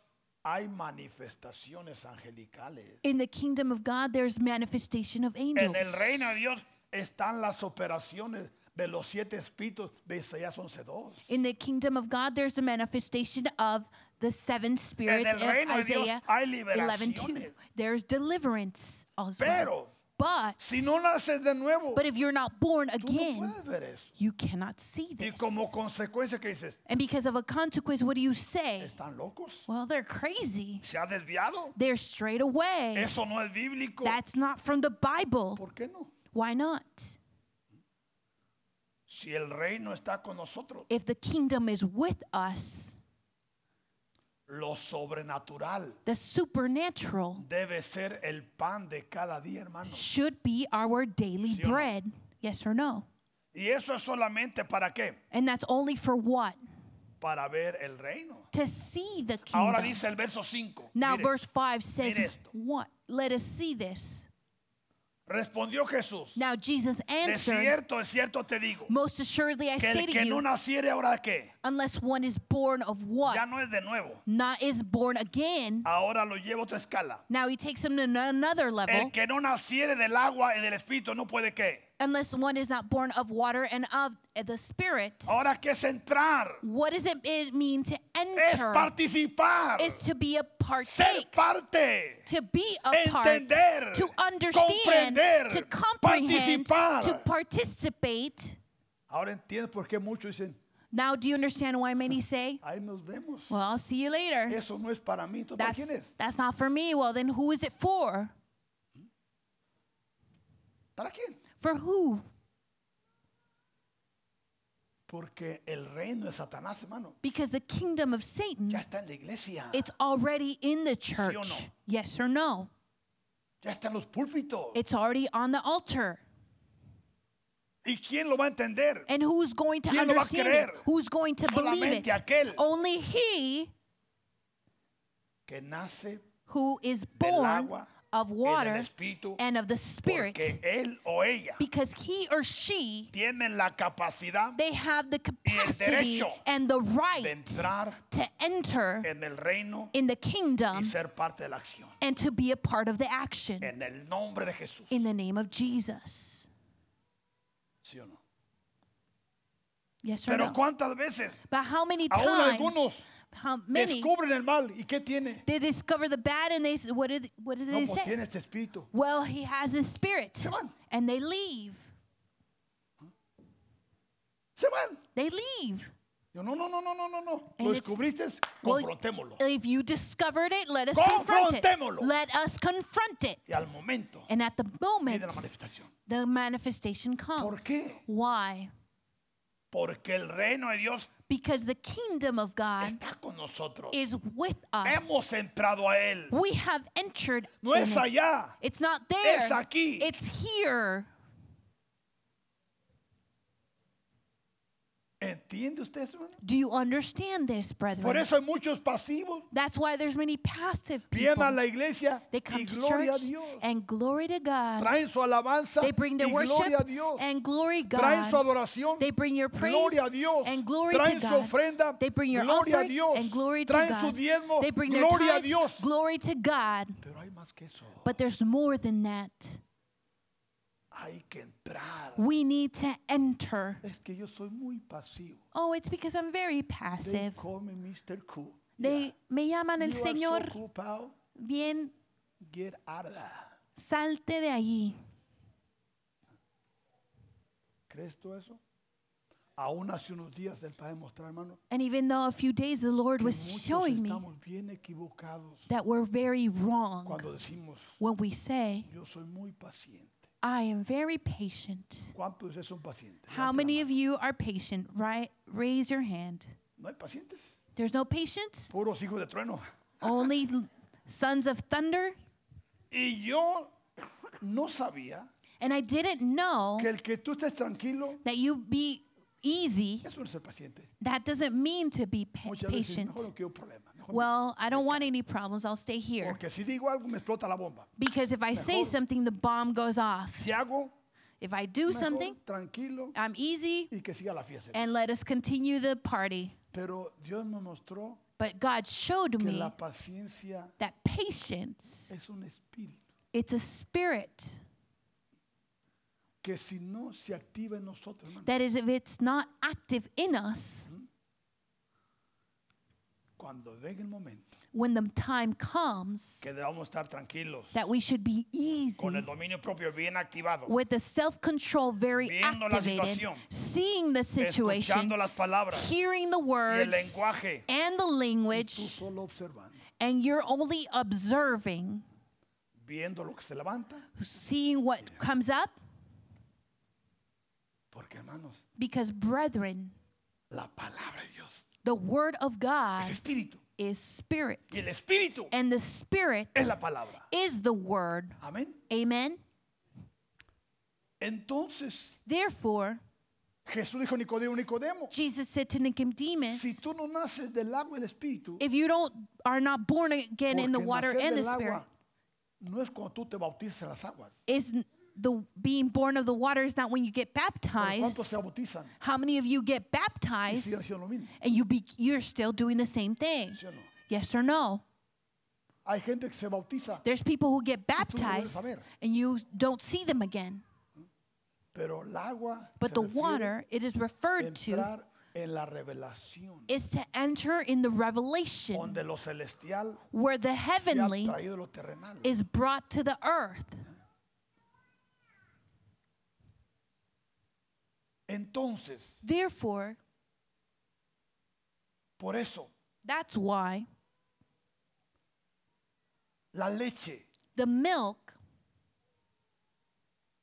S1: hay manifestaciones angelicales.
S2: In the kingdom of God, there's manifestation of angels.
S1: En el reino de Dios están las operaciones de los siete espíritus de Isaías 11:2.
S2: In the kingdom of God, there's the manifestation of the seven spirits
S1: el
S2: in
S1: reino de Dios
S2: Isaiah
S1: hay
S2: 11:2.
S1: liberaciones.
S2: There's deliverance as
S1: Pero
S2: well. But,
S1: si no naces de nuevo,
S2: but if you're not born
S1: tú no
S2: again,
S1: puedes ver eso.
S2: you cannot see
S1: Y
S2: this.
S1: como consecuencia que dices,
S2: And because of a consequence, what do you say?
S1: están locos,
S2: Well, they're crazy.
S1: se ha desviado,
S2: They're straight away.
S1: eso no es bíblico.
S2: That's not from the Bible.
S1: ¿Por qué no?
S2: Why not?
S1: Si el reino está con nosotros,
S2: If the kingdom is with us,
S1: lo sobrenatural
S2: the supernatural
S1: debe ser el pan de cada día, hermano.
S2: should be our daily
S1: Sí o no?
S2: bread. Yes or no?
S1: Y eso es solamente para qué?
S2: And that's only for what?
S1: Para ver el reino.
S2: To see the kingdom.
S1: Ahora dice el verso 5.
S2: now, verse 5 says,
S1: mire esto.
S2: What? Let us see this.
S1: Respondió Jesús.
S2: Now, Jesus
S1: De
S2: answered,
S1: cierto, es cierto te digo.
S2: Most assuredly, I
S1: Que
S2: say
S1: el
S2: to
S1: que no
S2: you,
S1: naciere ahora qué?
S2: unless one is born of what?
S1: Ya no es de nuevo.
S2: Not is born again.
S1: Ahora lo lleva a otra escala.
S2: Now, he takes him to n- another
S1: El
S2: level.
S1: que no naciere del agua y del espíritu no puede qué.
S2: Unless one is not born of water and of the Spirit.
S1: Ahora que es entrar,
S2: What does it, it mean to
S1: es
S2: enter?
S1: participar,
S2: Is to be a
S1: ser
S2: partake.
S1: parte.
S2: to be a
S1: Entender,
S2: part, to understand,
S1: comprender,
S2: to comprehend,
S1: participar.
S2: to participate.
S1: Ahora entiendes por qué muchos dicen,
S2: Now, do you understand why many say,
S1: ahí nos vemos.
S2: "Well, I'll see you later"?
S1: Eso no es para mí. ¿Tú para
S2: That's
S1: quién es?
S2: that's not for me. Well, then who is it for?
S1: ¿Para quién?
S2: For who?
S1: Porque el reino de Satanás, hermano,
S2: Because the kingdom of Satan,
S1: ya está en la iglesia.
S2: it's already in the
S1: o
S2: church.
S1: no?
S2: Yes or no?
S1: Ya está en los púlpitos.
S2: It's already on the altar.
S1: ¿Y quién lo va a entender?
S2: And who's going to
S1: ¿Quién lo va a
S2: understand it?
S1: creer?
S2: Who's going to believe it?
S1: Solamente aquel.
S2: Only he
S1: Que nace
S2: who is
S1: del
S2: born
S1: agua
S2: of
S1: y del
S2: water
S1: espíritu.
S2: and of the Spirit,
S1: Porque él o ella
S2: because he or she,
S1: tienen la capacidad
S2: they have the capacity
S1: derecho
S2: and the
S1: de
S2: right
S1: entrar
S2: to enter
S1: en el reino
S2: in the
S1: y
S2: kingdom
S1: ser parte de la acción.
S2: and to be a part of the action
S1: En el nombre de Jesús.
S2: in the name of Jesus.
S1: ¿Sí o no?
S2: Yes or
S1: Pero
S2: no?
S1: cuántas veces
S2: But how many
S1: aún
S2: times?
S1: algunos
S2: How many?
S1: descubren el mal y qué tiene.
S2: They discover the bad and they s- what did what did
S1: No,
S2: they
S1: pues
S2: say?
S1: tiene este espíritu.
S2: Well, he has his spirit,
S1: Se van.
S2: and they leave.
S1: Se van.
S2: They leave.
S1: Yo, no, no, no, no, no, no, no.
S2: And
S1: Lo
S2: it's-
S1: descubriste,
S2: Well,
S1: confrontémoslo.
S2: if you discovered it, let us confront it.
S1: Confrontémoslo.
S2: Let us confront it.
S1: Y al momento
S2: And at the
S1: viene la
S2: moment,
S1: manifestación.
S2: the manifestation comes.
S1: qué?
S2: Why?
S1: Porque el reino de Dios
S2: Because the kingdom of God
S1: está con nosotros.
S2: is with us.
S1: Hemos entrado a Él.
S2: We have entered.
S1: No
S2: in
S1: es
S2: it.
S1: allá.
S2: It's not there.
S1: Es aquí.
S2: It's here.
S1: ¿Entiende usted eso? hermano?
S2: Do you understand this,
S1: Por
S2: brethren?
S1: eso hay muchos pasivos.
S2: That's why there's many passive
S1: Vienen a
S2: people.
S1: la iglesia
S2: They
S1: y
S2: come to
S1: gloria a
S2: church
S1: Dios.
S2: and glory to God.
S1: Traen su alabanza
S2: They bring their
S1: y gloria a
S2: worship
S1: Dios.
S2: and glory
S1: Traen su
S2: God.
S1: adoración.
S2: They bring your praise
S1: Gloria a Dios.
S2: and glory
S1: Traen
S2: to
S1: su
S2: God.
S1: ofrenda.
S2: They bring your
S1: Gloria a
S2: offering
S1: Dios.
S2: and glory to
S1: Traen su
S2: God.
S1: diezmo.
S2: They bring their
S1: Gloria a
S2: tithes,
S1: Dios.
S2: glory to God.
S1: Pero hay más que eso.
S2: But there's more than that.
S1: Hay que entrar.
S2: We need to enter.
S1: Es que yo soy muy pasivo.
S2: Oh, it's because I'm
S1: They
S2: very passive.
S1: call me Mr. Cool.
S2: They me llaman el
S1: You are so
S2: Señor.
S1: ocupado.
S2: Bien,
S1: Get out of that.
S2: salte de allí.
S1: ¿Crees tú eso? Aún hace unos días el Padre mostrar, hermano,
S2: And even though a few days the Lord
S1: que
S2: was
S1: muchos
S2: showing Pues me
S1: estamos bien equivocados
S2: that we're very wrong
S1: cuando decimos,
S2: when we say,
S1: yo soy muy paciente.
S2: I am very patient.
S1: ¿Cuántos de ustedes son pacientes? Levante
S2: How
S1: la
S2: many
S1: mano.
S2: of you are patient? Right? Raise your hand.
S1: No hay pacientes.
S2: There's no patience,
S1: Puros hijos de trueno.
S2: only l- sons of thunder.
S1: Y yo no sabía
S2: And I didn't know
S1: que el que tú estés tranquilo,
S2: that you be easy.
S1: eso no es ser paciente.
S2: That doesn't mean to be pa-
S1: Muchas veces
S2: patient.
S1: mejor no quiero problemas. mejor me-
S2: Well, I don't want any problems. I'll stay here.
S1: Porque si digo algo me explota la bomba.
S2: Because if I say
S1: Mejor.
S2: something, the bomb goes off.
S1: Si hago
S2: If I do
S1: mejor,
S2: something,
S1: tranquilo
S2: I'm easy
S1: y que siga la fiesta.
S2: and let us continue the party.
S1: Pero Dios me mostró
S2: But God showed
S1: que
S2: me
S1: la paciencia
S2: that patience,
S1: es un espíritu
S2: it's a spirit
S1: que si no se activa en nosotros, hermano,
S2: that is if it's not active in us,
S1: cuando venga el momento
S2: when the time comes,
S1: que debamos estar tranquilos,
S2: that we should be easy
S1: con el dominio propio bien activado,
S2: with the self-control very
S1: Viendo la
S2: activated,
S1: situación.
S2: seeing the situation,
S1: escuchando las palabras
S2: hearing the words
S1: lenguaje.
S2: and the
S1: y tú
S2: language,
S1: solo observando,
S2: and you're only observing,
S1: viendo lo que se levanta,
S2: seeing what comes up,
S1: porque hermanos,
S2: because brethren,
S1: la palabra de Dios
S2: the word of
S1: es
S2: God
S1: espíritu
S2: is spirit,
S1: y el espíritu
S2: and the spirit
S1: es la palabra.
S2: is the word.
S1: Amén.
S2: Amen.
S1: Entonces
S2: Therefore,
S1: Jesús dijo a Nicodemo, Nicodemo,
S2: Jesus said to Nicodemus,
S1: si tú no naces del agua y del espíritu,
S2: if you don't are not born again in the
S1: Porque
S2: water
S1: nacer
S2: and the
S1: del
S2: spirit,
S1: agua No es cuando tú te bautizas en las aguas.
S2: is the being born of the water is not when you get
S1: Pero ¿Cuántos
S2: baptized.
S1: se bautizan?
S2: How many of you get
S1: Y siguen
S2: baptized
S1: haciendo lo mismo.
S2: and you be, you're still doing the same thing?
S1: ¿Sí o no?
S2: Yes or no?
S1: Hay gente que se bautiza,
S2: There's people who get
S1: tú no vuelves a
S2: baptized
S1: ver.
S2: and you don't see them again.
S1: pero el agua
S2: But
S1: se
S2: the
S1: refiere
S2: water it is
S1: a
S2: referred to
S1: entrar en la revelación,
S2: is to enter in the revelation
S1: donde lo celestial
S2: where the
S1: se ha
S2: heavenly
S1: traído lo terrenal.
S2: is brought to the earth.
S1: Entonces,
S2: Therefore,
S1: por eso,
S2: that's why
S1: la leche
S2: the milk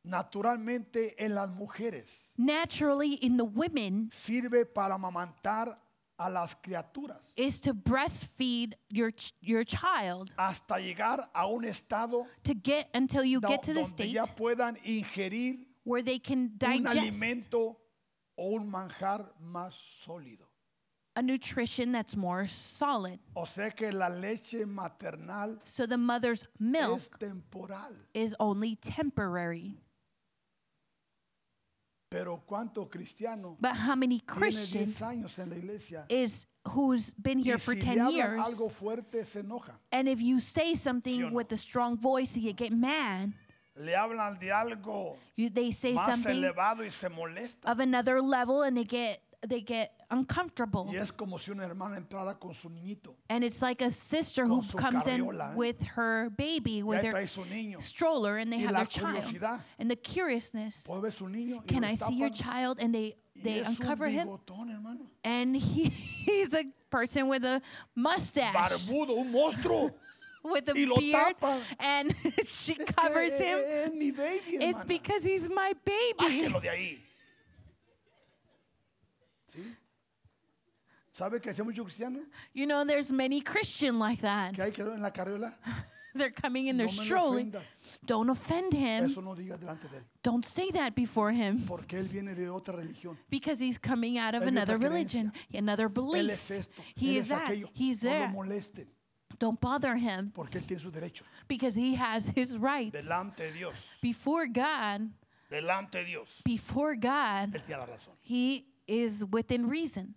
S1: naturalmente en las mujeres
S2: naturally in the women
S1: sirve para amamantar a las criaturas
S2: is to breastfeed your ch- your child
S1: hasta llegar a un estado
S2: to get until you
S1: do-
S2: get to the
S1: donde
S2: state
S1: ya puedan ingerir
S2: where they
S1: un
S2: can digest
S1: alimento o un manjar más sólido.
S2: a nutrition that's more solid.
S1: O sea que la leche maternal
S2: So the mother's
S1: es
S2: milk
S1: temporal.
S2: is only temporary.
S1: Pero ¿cuánto cristiano
S2: But how many
S1: tiene
S2: Christian
S1: 10 años en la iglesia
S2: is who's been here
S1: y
S2: for
S1: si le
S2: 10
S1: hablan
S2: years
S1: algo fuerte se enoja?
S2: and if you say something
S1: o no?
S2: with a strong voice you get mad,
S1: Le hablan de algo
S2: you, they say
S1: más
S2: something
S1: elevado y se molesta.
S2: of another level and they get they get uncomfortable.
S1: Y es como si una hermana entrara con su niñito.
S2: And it's like a sister who
S1: Con su
S2: comes
S1: carriola, eh.
S2: in with her baby,
S1: Y
S2: with
S1: ahí
S2: their
S1: trae su niño.
S2: stroller, and they
S1: Y
S2: have
S1: la
S2: their child.
S1: curiosidad.
S2: And the curiousness,
S1: Puede ver su niño. Y
S2: can
S1: lo
S2: I see your
S1: destapan,
S2: child? And they,
S1: y
S2: they
S1: es
S2: uncover
S1: un
S2: him.
S1: bigotón, hermano.
S2: and he, he's a person with a mustache
S1: Barbudo, un monstruo.
S2: with a
S1: y lo
S2: beard
S1: tapa.
S2: and
S1: Es
S2: she
S1: que
S2: covers
S1: es-
S2: him
S1: Es, mi baby,
S2: it's
S1: hermana.
S2: because he's my baby
S1: Bájelo de ahí. ¿Sí? ¿Sabe que hacía mucho cristiano?
S2: you know there's many christian like that
S1: Que ahí quedó en la carriola.
S2: they're coming in they're
S1: No me lo
S2: strolling
S1: ofendas.
S2: don't offend him
S1: Eso no digas delante de él.
S2: don't say that before him
S1: Porque él viene de otra religión.
S2: because he's coming out of
S1: Él es de
S2: another
S1: otra
S2: religion another
S1: Él
S2: belief
S1: es esto.
S2: he
S1: él
S2: is
S1: es
S2: that
S1: aquello.
S2: he's
S1: no lo
S2: there
S1: molesten.
S2: don't bother him
S1: Porque él tiene sus derechos.
S2: because he has his rights
S1: Delante de Dios.
S2: before god
S1: Delante de Dios.
S2: before god
S1: Él tiene la razón.
S2: he is within reason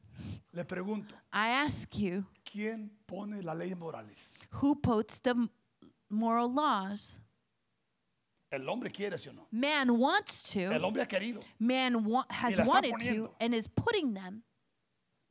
S1: Le pregunto,
S2: I ask you,
S1: ¿quién pone las leyes morales?
S2: who puts the m- moral laws?
S1: El hombre quiere, ¿sí o no?
S2: Man wants
S1: El
S2: to,
S1: hombre ha querido,
S2: man wa- has
S1: la está
S2: wanted
S1: poniendo.
S2: to, and is putting them,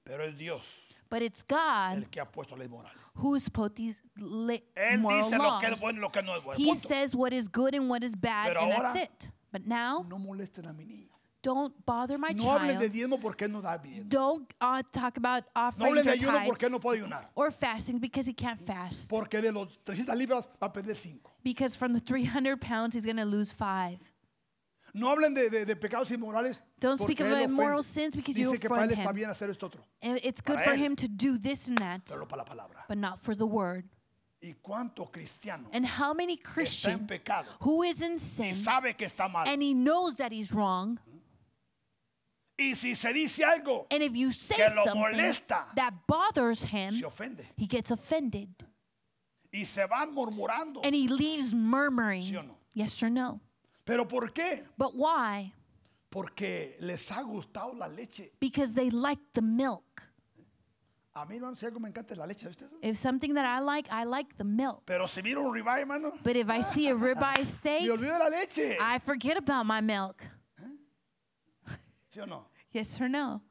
S1: pero es Dios
S2: but it's God
S1: el que ha puesto leyes morales.
S2: who's put these le-
S1: Él
S2: moral
S1: dice lo
S2: laws.
S1: que es bueno y lo que no es bueno.
S2: he
S1: Punto.
S2: says what is good and what is bad,
S1: Pero
S2: and that's
S1: ahora-
S2: it. But now,
S1: No molesten a mi niño.
S2: don't bother my
S1: No hablen de
S2: child.
S1: diezmo porque él no da bien.
S2: Don't uh, talk about
S1: No
S2: offering
S1: hablen de
S2: or
S1: ayuno porque él no
S2: tithes
S1: puede ayunar.
S2: or fasting because he can't fast.
S1: Porque de los 300 libras va a perder 5.
S2: Because from the 300 pounds, he's going to lose five.
S1: No hablen de, de- de pecados inmorales.
S2: Don't
S1: porque
S2: speak of
S1: él
S2: immoral
S1: ofende.
S2: sins because you
S1: Dice que para él
S2: offend
S1: está
S2: him.
S1: bien hacer esto otro,
S2: And it's good
S1: Para
S2: for
S1: él.
S2: him to do this and that,
S1: pero no para la palabra.
S2: but not for the word.
S1: ¿Y cuánto cristiano
S2: And how many
S1: está en
S2: Christian
S1: pecado
S2: who is in
S1: y
S2: sin
S1: sabe que está mal?
S2: and he knows that he's wrong,
S1: Y si se dice algo,
S2: and if you say
S1: Que lo
S2: something
S1: molesta.
S2: that bothers him,
S1: se ofende.
S2: he gets offended
S1: Y se van murmurando.
S2: and he leaves murmuring,
S1: ¿Sí o no?
S2: yes or no.
S1: ¿Pero por qué?
S2: But why?
S1: Porque les ha gustado la leche.
S2: Because they like the milk.
S1: A mí, hermano, si algo me encanta es la leche, ¿viste?
S2: If something that I like, I like the milk.
S1: Pero si miro un ribeye, hermano,
S2: But if I see a ribeye
S1: me
S2: steak,
S1: olvido de la leche.
S2: I forget about my milk.
S1: ¿Sí o no?
S2: Yes or no?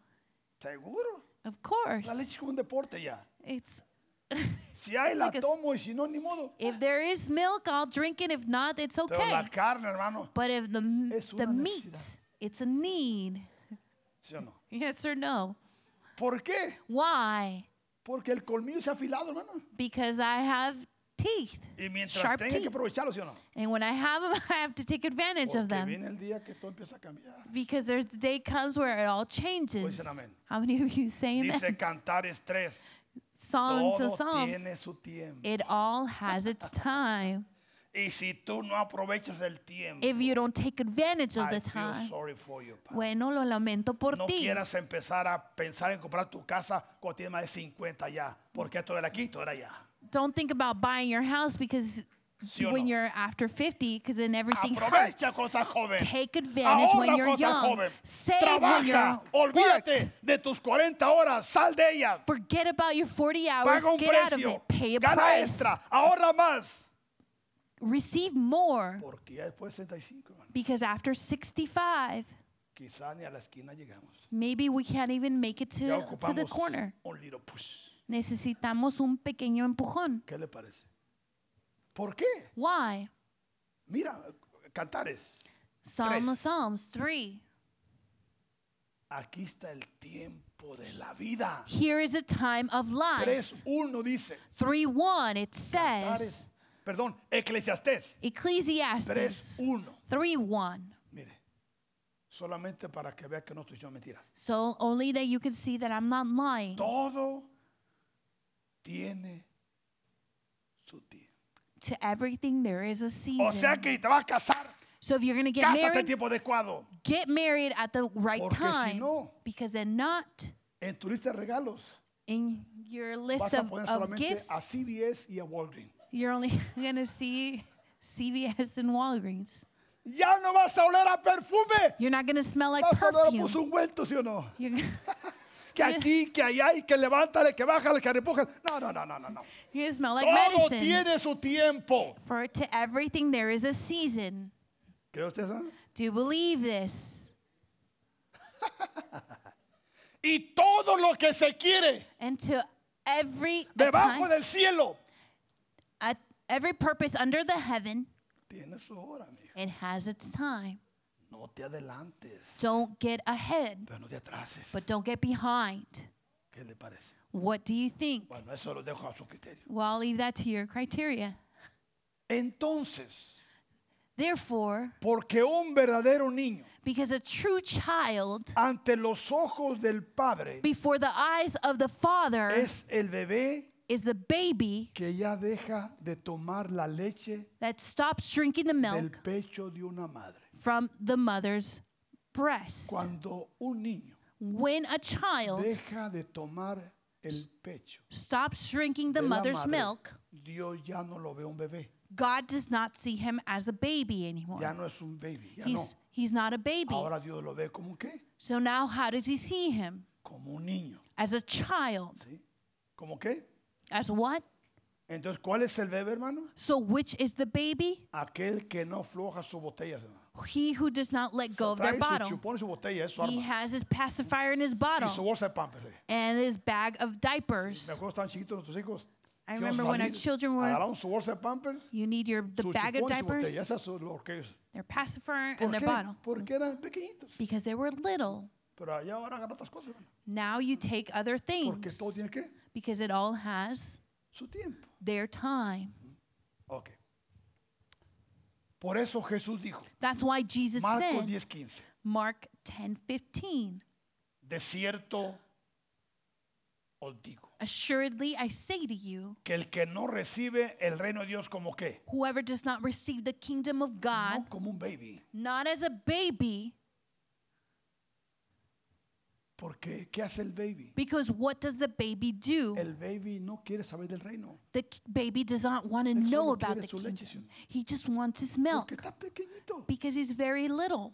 S1: Seguro.
S2: Of
S1: La
S2: course.
S1: leche es como un deporte ya.
S2: It's
S1: Si hay, la
S2: like a s-
S1: tomo y si no, ni modo.
S2: if there is milk, I'll drink it. If not, it's
S1: Pero
S2: okay.
S1: la carne, hermano,
S2: But if the m-
S1: Es
S2: the
S1: una
S2: meat,
S1: necesidad.
S2: it's a need.
S1: ¿sí o no?
S2: Yes or no?
S1: ¿Por qué?
S2: Why?
S1: Porque el colmillo se ha afilado, hermano.
S2: Because I have teeth,
S1: Y mientras
S2: sharp
S1: tenga
S2: teeth,
S1: que aprovecharlo, ¿sí o no?
S2: and when I have them, I have to take advantage
S1: Porque
S2: of them.
S1: viene el día que todo empieza a cambiar.
S2: Because there's the day comes where it all changes.
S1: amén.
S2: How many of you say amen?
S1: Dice Cantares 3.
S2: Songs
S1: Todo
S2: of Psalms.
S1: tiene su tiempo.
S2: It all has its time.
S1: Y si tú no aprovechas el tiempo,
S2: If you don't take advantage of
S1: I
S2: the
S1: feel
S2: time,
S1: sorry for you, Padre.
S2: bueno, lo lamento por
S1: oh, No
S2: ti.
S1: quieras empezar a pensar en comprar tu casa cuando tienes más de 50 ya, porque esto era aquí, esto era allá.
S2: don't think about buying your house because
S1: ¿Sí o
S2: when
S1: no?
S2: you're after 50, because then everything
S1: Aprovecha
S2: hurts.
S1: cosas joven.
S2: Take advantage when
S1: Ahorra
S2: you're
S1: cosas
S2: young.
S1: joven.
S2: Save when
S1: Trabaja.
S2: you're
S1: Olvídate
S2: work.
S1: de tus 40 horas. Sal de ellas.
S2: Forget about your 40 hours.
S1: Paga un
S2: Get out of
S1: precio.
S2: it. Pay a
S1: Gana
S2: price.
S1: extra. Ahorra más.
S2: Receive more
S1: Porque ya después de 65, hermano,
S2: because after 65,
S1: quizá ni a la esquina llegamos.
S2: maybe we can't even make it
S1: Ya
S2: to, to the
S1: ocupamos
S2: corner.
S1: un little push.
S2: Necesitamos un pequeño empujón.
S1: ¿Qué le parece? ¿Por qué?
S2: Why?
S1: Mira, Cantares,
S2: Psalm
S1: Tres.
S2: of Psalms 3.
S1: aquí está el tiempo de la vida.
S2: Here is a time of life.
S1: 3.1 dice,
S2: 3 1, it says.
S1: Cantares, perdón, Eclesiastés
S2: Ecclesiastes
S1: 3.1.
S2: 3 1.
S1: Mire, solamente para que vea que no estoy diciendo mentiras.
S2: So only that you can see that I'm not lying.
S1: Todo tiene su tiempo.
S2: To everything, there is a
S1: O sea
S2: season.
S1: que te vas a casar,
S2: So if you're going to get
S1: cásate en
S2: married,
S1: tiempo adecuado.
S2: get married at the right
S1: Porque si
S2: time.
S1: no-
S2: Because then, not
S1: En tu lista de regalos
S2: in your
S1: vas
S2: list
S1: a
S2: of,
S1: poner
S2: of
S1: solamente
S2: gifts,
S1: a CBS y a Walgreens.
S2: you're only going to see CVS and Walgreens.
S1: Ya no vas a oler a perfume.
S2: You're not going to smell like
S1: Vas a oler a pus
S2: perfume.
S1: ungüento, ¿sí o no?
S2: You're gonna-
S1: Que aquí, que allá, y que levántale, que bájale, que repuja. No, no, no, no, no. no.
S2: you're going to smell like
S1: Todo
S2: medicine.
S1: tiene su tiempo.
S2: For to everything, there is a season.
S1: ¿Cree usted eso?
S2: Do you believe this?
S1: y todo lo que se quiere
S2: and to every
S1: debajo
S2: atta-
S1: del cielo
S2: at every purpose under the heaven.
S1: tiene su hora, amigo.
S2: It has its time.
S1: No te adelantes,
S2: Don't get ahead,
S1: pero no te atrases.
S2: but don't get behind.
S1: ¿Qué le parece?
S2: What do you think?
S1: Bueno, eso lo dejo a su criterio.
S2: Well, I'll leave that to your criteria.
S1: Entonces,
S2: Therefore,
S1: porque un verdadero niño
S2: because a true child
S1: ante los ojos del Padre
S2: before the eyes of the Father
S1: es el bebé
S2: is the baby
S1: que ya deja de tomar la leche
S2: that stops drinking the
S1: del
S2: milk
S1: pecho de una madre.
S2: from the mother's breast.
S1: Cuando un niño
S2: When a child
S1: deja de tomar el pecho
S2: stops drinking the
S1: de la
S2: mother's
S1: madre,
S2: milk,
S1: Dios ya no lo ve un bebé,
S2: God does not see him as a baby
S1: ya
S2: anymore.
S1: no es un baby, ya
S2: He's,
S1: no.
S2: he's not a baby.
S1: Ahora Dios lo ve como qué?
S2: So now, how does he see him?
S1: Como un niño,
S2: As a child.
S1: ¿sí? ¿Como qué?
S2: As what?
S1: Entonces, ¿cuál es el bebé, hermano?
S2: So, which is the baby?
S1: Aquel que no afloja sus botellas, hermano.
S2: He who does not let go of their
S1: Trae su
S2: bottle.
S1: chupón y su botella, es su
S2: He
S1: arma.
S2: has his pacifier in his
S1: Y su
S2: bottle
S1: bolsa de pampers. eh.
S2: and his bag of
S1: Me
S2: diapers.
S1: acuerdo estaban chiquitos nuestros hijos.
S2: I
S1: íbamos
S2: remember
S1: a
S2: when our
S1: salir,
S2: children were-
S1: Agarraban su bolsa de pampers,
S2: You need your the
S1: su
S2: bag
S1: chupón
S2: of
S1: y su botella.
S2: diapers,
S1: Eso es lo que es.
S2: their pacifier,
S1: ¿Por
S2: and their
S1: qué?
S2: bottle
S1: Porque eran pequeñitos.
S2: because they were little.
S1: Pero allá ahora agarran otras cosas, hermano.
S2: Now you take other
S1: Mm. Porque todo
S2: things
S1: tiene que
S2: because it all has
S1: su tiempo.
S2: their time.
S1: Ok. Por eso Jesús dijo,
S2: That's why Jesus
S1: Marcos
S2: said,
S1: 10, 15,
S2: Mark 10 15.
S1: de cierto os digo,
S2: Assuredly, I say to you,
S1: que el que no recibe el reino de Dios como qué,
S2: whoever does not receive the kingdom of God,
S1: no como un baby,
S2: not as a baby,
S1: porque ¿qué hace el baby?
S2: because what does the baby do?
S1: El baby no quiere saber del reino,
S2: The k- baby does not want to
S1: Él
S2: know
S1: solo
S2: about
S1: quiere
S2: the
S1: su leche, sí o
S2: kingdom.
S1: no?
S2: He just wants his
S1: porque
S2: milk
S1: está pequeñito.
S2: because he's very little.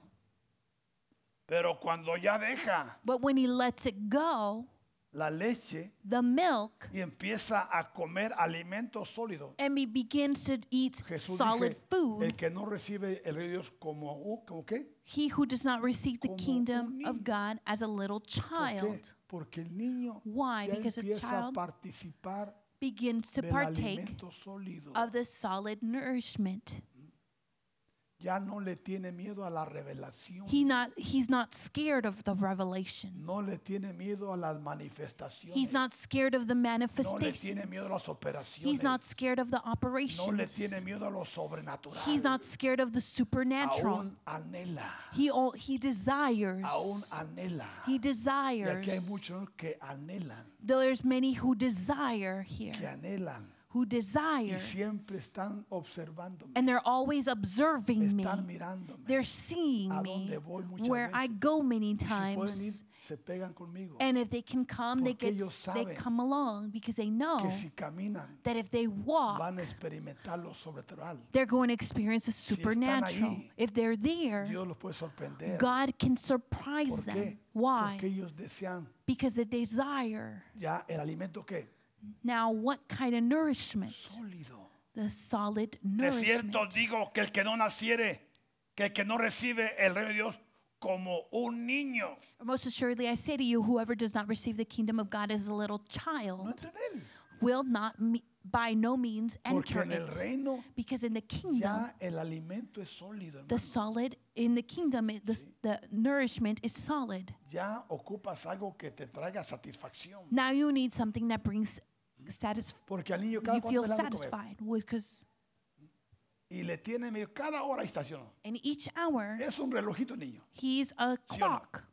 S1: Pero cuando ya deja
S2: But when he lets it go,
S1: la leche
S2: the milk,
S1: y empieza a comer alimento sólido,
S2: and he begins to eat
S1: Jesús
S2: solid
S1: dije, el
S2: food,
S1: que no recibe el reino de Dios como, uh, ¿como qué?
S2: he who does not receive the
S1: como
S2: kingdom
S1: un niño.
S2: of God as a little
S1: ¿Por qué?
S2: child
S1: Porque el niño
S2: Why?
S1: ya
S2: Because a
S1: empieza a
S2: child
S1: participar
S2: begins to
S1: del
S2: partake
S1: alimento sólido.
S2: of the solid nourishment.
S1: Ya no le tiene miedo a la revelación.
S2: He not he's not scared of the revelation.
S1: No le tiene miedo a las manifestaciones.
S2: He's not scared of the
S1: no le
S2: manifestations.
S1: tiene miedo a las operaciones.
S2: He's not scared of the
S1: no le tiene
S2: operations.
S1: miedo a lo sobrenatural.
S2: He's not scared of the supernatural.
S1: Aún anhela.
S2: He all, he desires.
S1: Aún anhela.
S2: He
S1: Y aquí hay
S2: desires.
S1: muchos que anhelan,
S2: There's many who desire
S1: que
S2: here,
S1: anhelan.
S2: who
S1: Y
S2: desire,
S1: siempre están observándome.
S2: and they're always observing me.
S1: Están mirándome.
S2: They're seeing
S1: A
S2: me
S1: donde voy muchas
S2: where I
S1: veces.
S2: go many
S1: Y si pueden ir,
S2: times.
S1: se pegan conmigo.
S2: And if they can come, they
S1: Porque
S2: get
S1: ellos
S2: they
S1: saben
S2: come along because they know
S1: que si caminan,
S2: that if they walk,
S1: van a experimentar lo sobrenatural.
S2: they're going to experience the
S1: están
S2: supernatural.
S1: ahí,
S2: If they're there,
S1: Dios los puede sorprender.
S2: God can surprise
S1: ¿Por
S2: them.
S1: qué? Porque
S2: Why?
S1: ellos desean
S2: Because they desire.
S1: ya el alimento que
S2: Now, what kind of nourishment?
S1: sólido.
S2: The solid
S1: De cierto
S2: nourishment.
S1: digo que el que no naciere, que el que no recibe el reino de Dios como un niño,
S2: Most assuredly, I say to you, whoever does not receive the kingdom of God as a little
S1: no
S2: child
S1: entra en él.
S2: will not me- by no means
S1: Porque
S2: enter
S1: en el
S2: it.
S1: reino
S2: Because in the kingdom,
S1: ya el alimento es sólido.
S2: the
S1: hermano.
S2: solid in the kingdom it- the, s- the nourishment is solid
S1: Ya ocupas algo que te traiga satisfacción.
S2: now you need something that brings satis-
S1: Porque al niño cada
S2: you
S1: cuánto
S2: feel
S1: le dan de comer.
S2: satisfied because
S1: Y le tiene medio cada hora estacionado.
S2: in each hour
S1: Es un relojito niño.
S2: he's a
S1: no?
S2: clock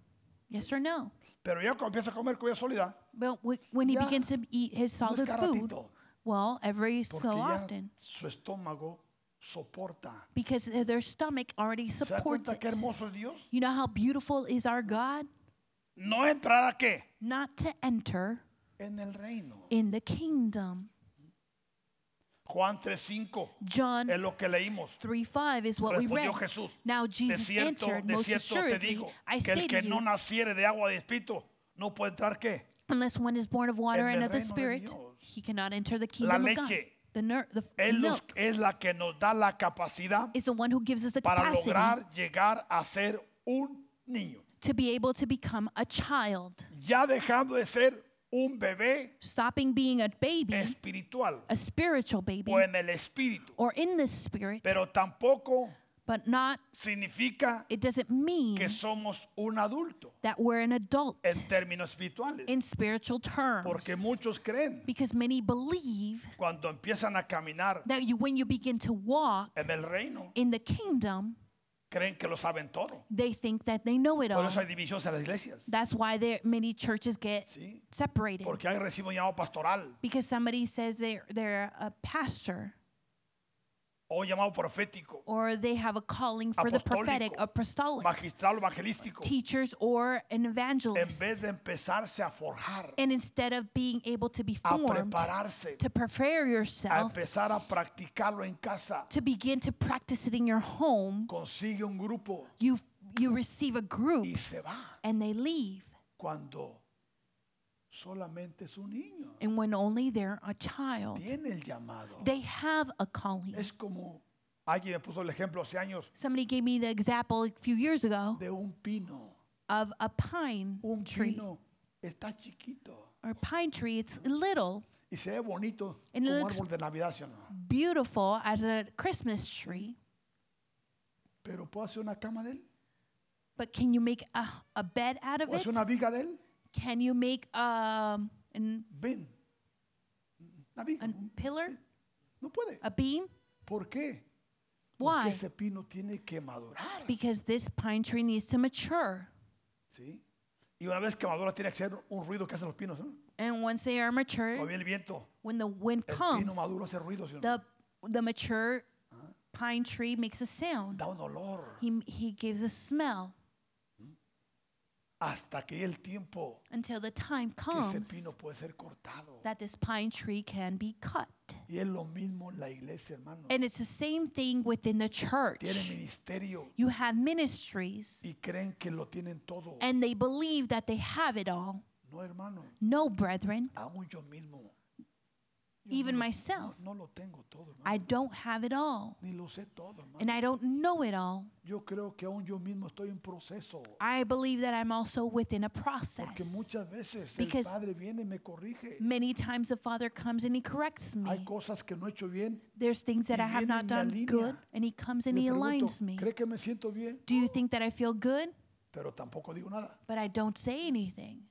S2: yes or no
S1: Pero ya cuando empieza a comer comida sólida,
S2: but wh- when he
S1: Ya.
S2: begins to eat his
S1: no es
S2: solid
S1: cada
S2: food
S1: ratito,
S2: well every so
S1: Porque ya
S2: often
S1: su estómago soporta.
S2: because th- their stomach already
S1: ¿Se da
S2: supports
S1: cuenta
S2: it
S1: qué hermoso es Dios?
S2: you know how beautiful is our god
S1: No entrará qué?
S2: not to enter
S1: En el reino.
S2: in the kingdom
S1: Juan 3:5
S2: john
S1: es lo que leímos.
S2: 3 5 is what we read.
S1: Respondió Jesús.
S2: now
S1: De
S2: Jesus
S1: cierto,
S2: answered,
S1: de
S2: Most
S1: cierto te
S2: assuredly,
S1: digo
S2: I
S1: que
S2: say
S1: el que
S2: to
S1: no
S2: you,
S1: naciere de agua y de espíritu no puede entrar qué?
S2: unless one is born of water
S1: en
S2: and
S1: el
S2: of the
S1: reino de
S2: Spirit,
S1: Dios.
S2: he cannot enter the kingdom of God.
S1: leche.
S2: The, ner- the f-
S1: Él nos-
S2: milk
S1: es la que nos da la capacidad
S2: is the one who gives us the
S1: para
S2: capacity
S1: lograr llegar a ser un niño.
S2: to be able to become a child,
S1: ya dejando de ser un bebé
S2: stopping being a baby,
S1: espiritual
S2: a spiritual baby,
S1: o en el espíritu.
S2: or in the spirit,
S1: Pero tampoco
S2: but not,
S1: significa
S2: it doesn't mean
S1: que somos un adulto
S2: that we're an adult
S1: en términos espirituales.
S2: in spiritual terms.
S1: Porque muchos creen
S2: Because many believe
S1: cuando empiezan a caminar
S2: that you, when you begin to walk
S1: en el reino,
S2: in the kingdom,
S1: creen que lo saben todo.
S2: they think that they know it
S1: Por
S2: all.
S1: eso hay divisiones en las iglesias.
S2: That's why there many churches get
S1: Sí.
S2: separated
S1: Porque hay recibo llamado pastoral
S2: because somebody says they're they're a pastor
S1: o llamado profético,
S2: or they have a calling for the prophetic,
S1: Apostólico.
S2: apostolic,
S1: magistral o evangelístico.
S2: teachers or an
S1: En
S2: evangelist.
S1: vez de empezarse a forjar,
S2: And instead of being able to be
S1: a
S2: formed,
S1: prepararse,
S2: to prepare
S1: a
S2: yourself,
S1: empezar a practicarlo en casa,
S2: to begin to practice it in your home,
S1: consigue un grupo
S2: you you receive a
S1: y
S2: group
S1: se va
S2: and they leave.
S1: cuando solamente es un niño.
S2: And when only they're a child,
S1: Tiene el llamado.
S2: they have a calling.
S1: Es como alguien me puso el ejemplo hace años
S2: Somebody gave me the example a few years ago
S1: de un pino.
S2: of a pine
S1: Un
S2: tree.
S1: pino está chiquito
S2: Or a pine tree, it's little,
S1: y se ve bonito
S2: And it
S1: como
S2: looks-
S1: árbol de Navidad, ¿sí o no?
S2: beautiful as a Christmas tree,
S1: Pero puedo hacer una cama de él,
S2: but can you make a, a bed out of
S1: puedo
S2: it?
S1: hacer una viga de él.
S2: Can you make um, an,
S1: Ven, una viga.
S2: a pillar,
S1: No puede.
S2: a beam?
S1: ¿Por qué? Porque
S2: Why?
S1: ese pino tiene que madurar.
S2: Because this pine tree needs to mature.
S1: ¿sí? Y una vez que madura tiene que hacer un ruido que hacen los pinos. ¿no?
S2: And once they are
S1: Cuando
S2: mature,
S1: viene el viento,
S2: when the wind
S1: el
S2: comes,
S1: pino maduro hace ruido. ¿sí o no?
S2: the, the mature pine tree makes a sound.
S1: Da un olor
S2: He, he gives a smell
S1: hasta que el tiempo
S2: until the time
S1: que ese
S2: comes
S1: pino puede ser cortado.
S2: that this pine tree can be cut.
S1: Y es lo mismo en la iglesia, hermano.
S2: And it's the same thing within the church.
S1: Tienen ministerio
S2: You have ministries
S1: y creen que lo tienen todo.
S2: and they believe that they have it all.
S1: No, hermano,
S2: No, brethren,
S1: aún yo mismo
S2: even
S1: no,
S2: myself,
S1: no lo tengo todo, hermano.
S2: I don't have it all.
S1: Ni lo sé todo, hermano.
S2: And I don't know it all.
S1: Yo creo que aún yo mismo estoy en proceso.
S2: I believe that I'm also within a
S1: Porque
S2: process.
S1: muchas veces el
S2: Because-
S1: Padre viene y me corrige.
S2: Many times the Father comes and He corrects
S1: Hay
S2: me.
S1: cosas que no he hecho bien.
S2: There's things that
S1: y
S2: I have
S1: viene
S2: not
S1: en la
S2: done
S1: línea.
S2: good, and He comes and
S1: Le
S2: He
S1: pregunto,
S2: aligns me.
S1: ¿Cree que me siento bien?
S2: Do you think that I feel good?
S1: Pero tampoco digo nada.
S2: But I don't say anything.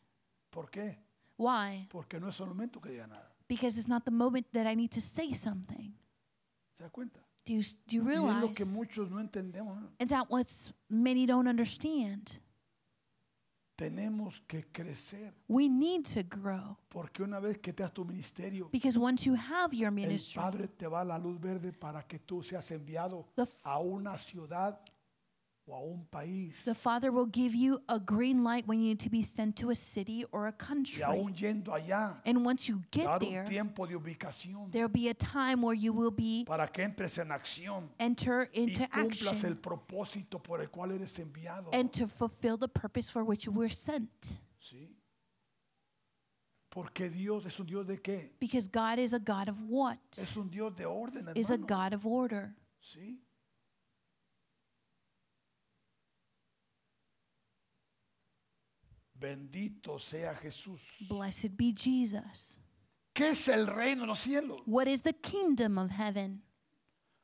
S1: ¿Por qué?
S2: Why?
S1: Porque no es el momento que diga nada.
S2: Because it's not the moment that I need to say something.
S1: ¿Se da cuenta?
S2: Do you, s- do you
S1: Y es
S2: realize?
S1: lo que muchos no entendemos. hermano.
S2: And that what's many don't understand.
S1: Tenemos que crecer.
S2: We need to grow
S1: Porque una vez que te das tu ministerio,
S2: because once you have your
S1: el
S2: ministry,
S1: Padre te va a la luz verde para que tú seas enviado
S2: The f-
S1: a una ciudad o a un país.
S2: the Father will give you a green light when you need to be sent to a city or a
S1: Y
S2: country.
S1: aún yendo allá,
S2: And once you
S1: te va a dar
S2: get
S1: un
S2: there,
S1: tiempo de ubicación
S2: there'll be a time where you will be
S1: para que entres en acción
S2: enter
S1: y
S2: into
S1: cumplas el
S2: action
S1: propósito por el cual eres enviado.
S2: and to fulfill the purpose for which you were sent.
S1: ¿Sí? Porque Dios es un Dios de qué?
S2: Because God is a God of what?
S1: Es un Dios de orden,
S2: Is a
S1: hermano.
S2: God of order.
S1: ¿Sí? Bendito sea Jesús.
S2: Blessed be Jesus.
S1: ¿Qué es el reino de los cielos?
S2: What is the kingdom of heaven?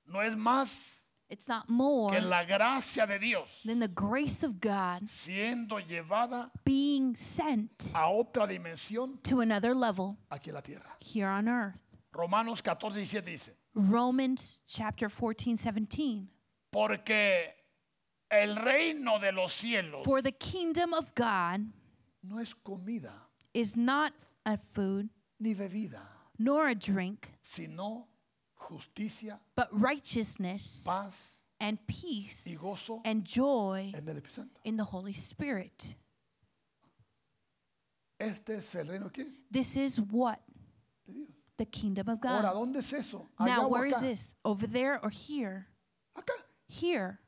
S1: No es más
S2: It's not more
S1: que la gracia de Dios
S2: than the grace of God
S1: siendo llevada
S2: being sent
S1: a otra dimensión
S2: to another level
S1: aquí en la tierra.
S2: here on earth.
S1: Romanos 14 y 7 dice,
S2: Romans chapter 14, 17.
S1: porque el reino de los cielos
S2: For the kingdom of God
S1: no es comida
S2: is not a food
S1: ni bebida,
S2: nor a drink,
S1: sino justicia,
S2: but righteousness
S1: paz
S2: and
S1: y
S2: peace
S1: gozo
S2: and joy
S1: en el Espíritu Santo.
S2: in the Holy Spirit.
S1: Este es el reino ¿qué?
S2: This is what?
S1: de Dios.
S2: The kingdom of
S1: Ahora,
S2: God.
S1: ¿dónde es eso? ¿Allá
S2: Now,
S1: o
S2: where is
S1: acá?
S2: this? Over there or here?
S1: Acá.
S2: Here.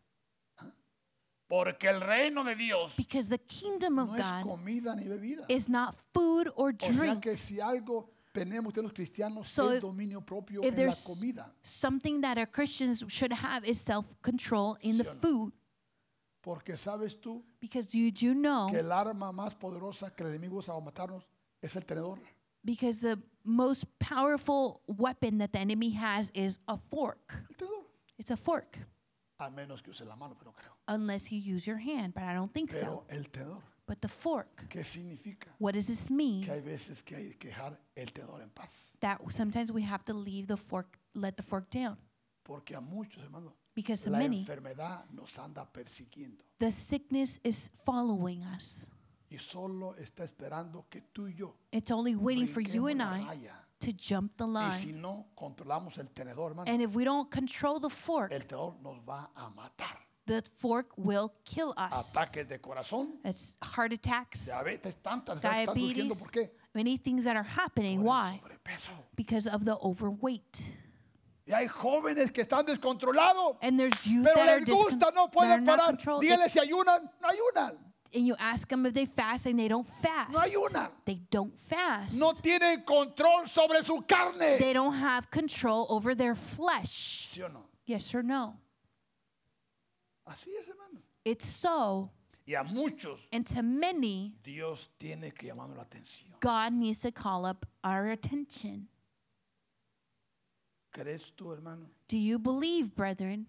S1: Porque el reino de Dios
S2: Because the kingdom of
S1: no es
S2: God
S1: comida ni bebida.
S2: is not food or
S1: O sea
S2: drink.
S1: que si algo tenemos de los cristianos
S2: So
S1: es
S2: if-
S1: dominio propio en
S2: if
S1: la
S2: there's-
S1: comida.
S2: something that a Christian should have is self control in the
S1: Sí o no?
S2: food.
S1: Porque sabes tú
S2: Because did you know?
S1: que el arma más poderosa que el enemigo usa para matarnos es el tenedor.
S2: Because the most powerful weapon that the enemy has is a fork.
S1: El tenedor.
S2: It's a fork,
S1: A menos que use la mano, pero no creo.
S2: unless you use your hand, but I don't think so.
S1: Pero el tenedor.
S2: But the fork,
S1: ¿Qué significa?
S2: what does this
S1: Que
S2: mean?
S1: hay veces que hay que dejar el tenedor en paz.
S2: That sometimes we have to leave the fork, let the fork down.
S1: Porque a muchos, hermanos,
S2: Because so
S1: la
S2: many,
S1: enfermedad nos anda persiguiendo.
S2: the sickness is following us.
S1: Y solo está esperando que tú y yo
S2: It's only waiting for you
S1: brinquemos
S2: and
S1: la
S2: I
S1: raya.
S2: to jump the
S1: Y si
S2: line.
S1: no controlamos el tenedor, hermano,
S2: And if we don't control the fork,
S1: el tenedor nos va a matar.
S2: the fork will kill us.
S1: Ataques de corazón,
S2: It's heart attacks,
S1: diabetes, tantas cosas que están surgiendo.
S2: diabetes,
S1: ¿Por qué?
S2: many things that are happening.
S1: Por el
S2: Why?
S1: sobrepeso.
S2: Because of the overweight.
S1: Y hay jóvenes que están descontrolados,
S2: And there's youth
S1: pero
S2: that are,
S1: les
S2: discon-
S1: gusta, no
S2: that are
S1: pueden
S2: not
S1: parar.
S2: controlled.
S1: Dígale si ayunan, no ayunan.
S2: and you ask them if they fast and they don't fast.
S1: ayunan.
S2: They don't fast.
S1: No tienen control sobre su carne.
S2: they don't have control over their flesh.
S1: ¿Sí o no?
S2: Yes or no?
S1: Así es, hermano.
S2: It's so.
S1: Y a muchos
S2: And to many,
S1: Dios tiene que llamarnos la atención.
S2: God needs to call up our attention.
S1: ¿Crees tú, hermano,
S2: Do you believe, brethren,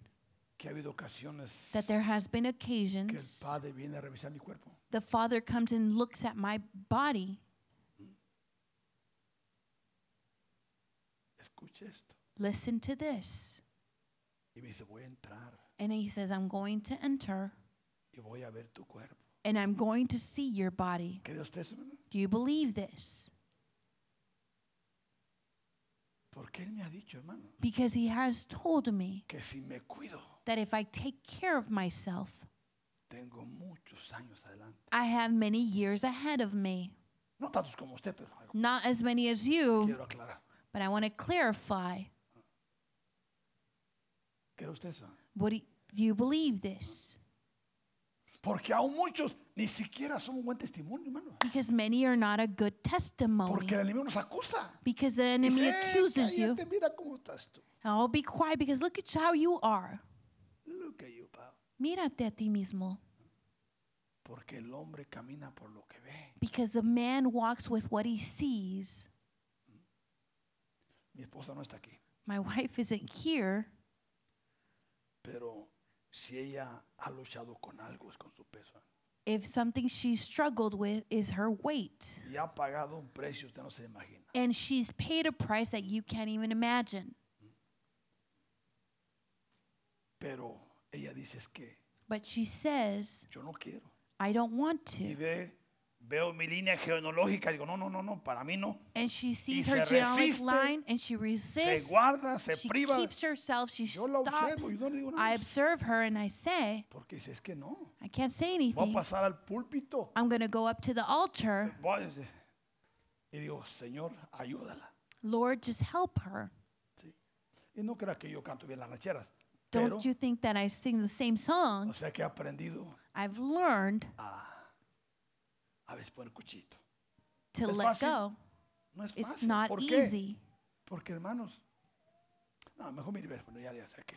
S1: que ha habido ocasiones
S2: that there has been
S1: que el
S2: occasions
S1: Padre viene a revisar mi cuerpo?
S2: the Father comes and looks at my body?
S1: Escucha esto.
S2: Listen to this.
S1: Y me dice, voy a entrar
S2: And he says, I'm going to enter
S1: y voy a ver tu cuerpo.
S2: and I'm going to see your body.
S1: ¿Cree usted, eso, hermano?
S2: Do you believe this?
S1: Porque Él me ha dicho, hermano,
S2: Because he has told me
S1: que si me cuido,
S2: that if I take care of myself,
S1: tengo muchos años adelante.
S2: I have many years ahead of me.
S1: No tantos como usted, pero algo
S2: Not as many as you,
S1: quiero aclarar.
S2: but I want to clarify.
S1: ¿Cree usted eso?
S2: What do do you believe this?
S1: Porque aún muchos ni siquiera son un buen testimonio, hermano.
S2: Because many are not a good testimony.
S1: Porque el enemigo nos acusa.
S2: Because the
S1: Dice,
S2: enemy
S1: "Eh,
S2: accuses you.
S1: cállate, Mira cómo estás tú.
S2: Oh, be quiet because look at how you are.
S1: Look at you, pal.
S2: Mírate a ti mismo.
S1: Porque el hombre camina por lo que ve.
S2: Because the man walks with what he sees.
S1: Mi esposa no está aquí,
S2: My wife isn't here,
S1: pero si ella ha luchado con algo es con su peso.
S2: if something she struggled with is her weight.
S1: Y ha pagado un precio, usted no se imagina.
S2: And she's paid a price that you can't even imagine.
S1: Pero ella dice es que
S2: But she says,
S1: yo no quiero.
S2: I don't want
S1: Y
S2: to.
S1: ve, veo mi línea genealógica, digo, no, no, no, no, para mí no.
S2: And she sees
S1: se
S2: her genomic
S1: resiste,
S2: line and she resists.
S1: guarda, se
S2: she
S1: priva.
S2: keeps herself. She
S1: Yo la observo
S2: stops.
S1: y no le digo
S2: I
S1: nada. más.
S2: observe her and I say,
S1: Porque dice, es que no.
S2: I can't say
S1: Voy a
S2: anything.
S1: pasar al púlpito.
S2: I'm going to go up to the altar.
S1: Voy a decir- Y digo, Señor, ayúdala.
S2: Lord, just help her.
S1: Sí. Y no creas que yo canto bien las rancheras. Pero,
S2: Don't you think that I sing the same
S1: o
S2: song?
S1: sea que he aprendido
S2: I've learned
S1: a, a veces poner cuchito.
S2: to
S1: Es
S2: let
S1: fácil.
S2: go.
S1: No es
S2: It's
S1: fácil.
S2: not
S1: ¿Por qué?
S2: easy.
S1: Porque hermanos, no, mejor me bueno, ya, ya sé que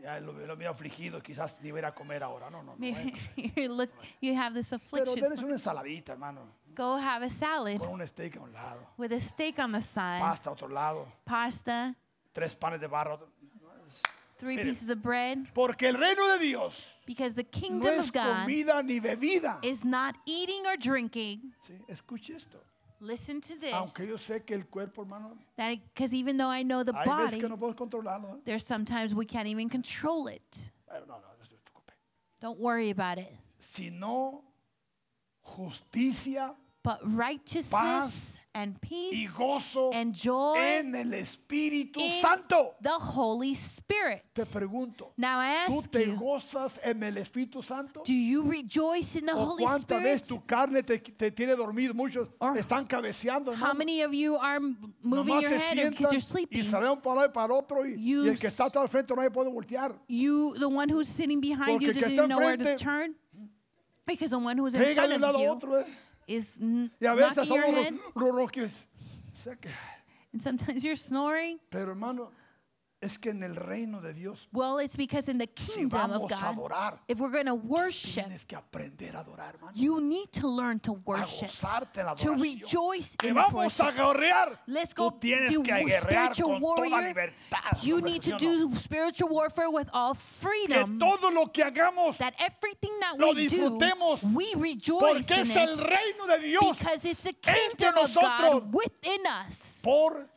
S1: ya lo, lo veo afligido, quizás ni voy a ir a comer ahora, no, no, no. bueno.
S2: Maybe you look, you have this
S1: Pero
S2: affliction.
S1: tenés una ensaladita, hermano,
S2: Go have a salad
S1: con un steak a un lado,
S2: with a steak on the side,
S1: pasta a otro lado,
S2: pasta,
S1: tres panes de barro. a otro-
S2: three
S1: Mire.
S2: pieces of bread,
S1: Porque el reino de Dios
S2: because the
S1: no
S2: kingdom
S1: es
S2: of God
S1: comida ni bebida.
S2: is not eating or drinking.
S1: Sí, escuche esto.
S2: Listen to this.
S1: Aunque yo sé que el cuerpo, hermano,
S2: That because even though I know the
S1: hay veces
S2: body,
S1: que no podemos controlarlo. ¿eh?
S2: there's sometimes we can't even control it.
S1: Pero no, no, no se preocupe.
S2: Don't worry about it.
S1: Sino justicia
S2: But righteousness and
S1: y
S2: peace
S1: gozo
S2: and joy
S1: en el Espíritu
S2: in
S1: Santo.
S2: the Holy Spirit.
S1: Te pregunto,
S2: Now I
S1: ¿tú
S2: ask
S1: te
S2: you,
S1: gozas en el Espíritu Santo?
S2: do you rejoice in the
S1: ¿O
S2: Holy
S1: cuántas veces
S2: Spirit?
S1: tu carne te, te tiene dormido? Muchos
S2: Or
S1: están cabeceando,
S2: How
S1: hermano.
S2: many of you are m- moving
S1: Nomás se
S2: your head because you're
S1: sientan y
S2: sleeping?
S1: se ven para, para otro y, y el que
S2: Use-
S1: está atrás al frente no le puede voltear.
S2: You, the one who's sitting behind
S1: Porque
S2: you,
S1: el que está
S2: doesn't even know where to
S1: enfrente-
S2: turn? Because the one who's in
S1: Pega de un
S2: front
S1: lado
S2: of
S1: a
S2: you
S1: otro. eh.
S2: is n-
S1: Y a
S2: knocking
S1: veces
S2: your
S1: somos
S2: head,
S1: los, los, los que- o sea que-
S2: and sometimes you're snoring.
S1: Pero hermano, Es que en el reino de Dios
S2: Well, it's because in the
S1: si
S2: kingdom of
S1: vamos a
S2: God,
S1: adorar.
S2: if we're going to worship,
S1: Tienes que aprender a adorar, hermano.
S2: you need to learn to
S1: A
S2: worship,
S1: gozarte en la
S2: to
S1: adoración.
S2: rejoice
S1: Que
S2: in the
S1: vamos a
S2: worship.
S1: guerrear.
S2: Let's
S1: Tú
S2: go
S1: tienes
S2: do
S1: que guerrear
S2: spiritual
S1: con toda
S2: warrior.
S1: libertad.
S2: You
S1: hombre,
S2: need
S1: ¿sí
S2: to
S1: o no?
S2: do spiritual warfare with all
S1: que
S2: freedom.
S1: todo lo que hagamos,
S2: That everything that
S1: lo
S2: we do,
S1: disfrutemos,
S2: we rejoice
S1: porque
S2: in
S1: es el
S2: it
S1: reino de Dios,
S2: because it's the
S1: entre
S2: kingdom of God
S1: nosotros.
S2: within us
S1: por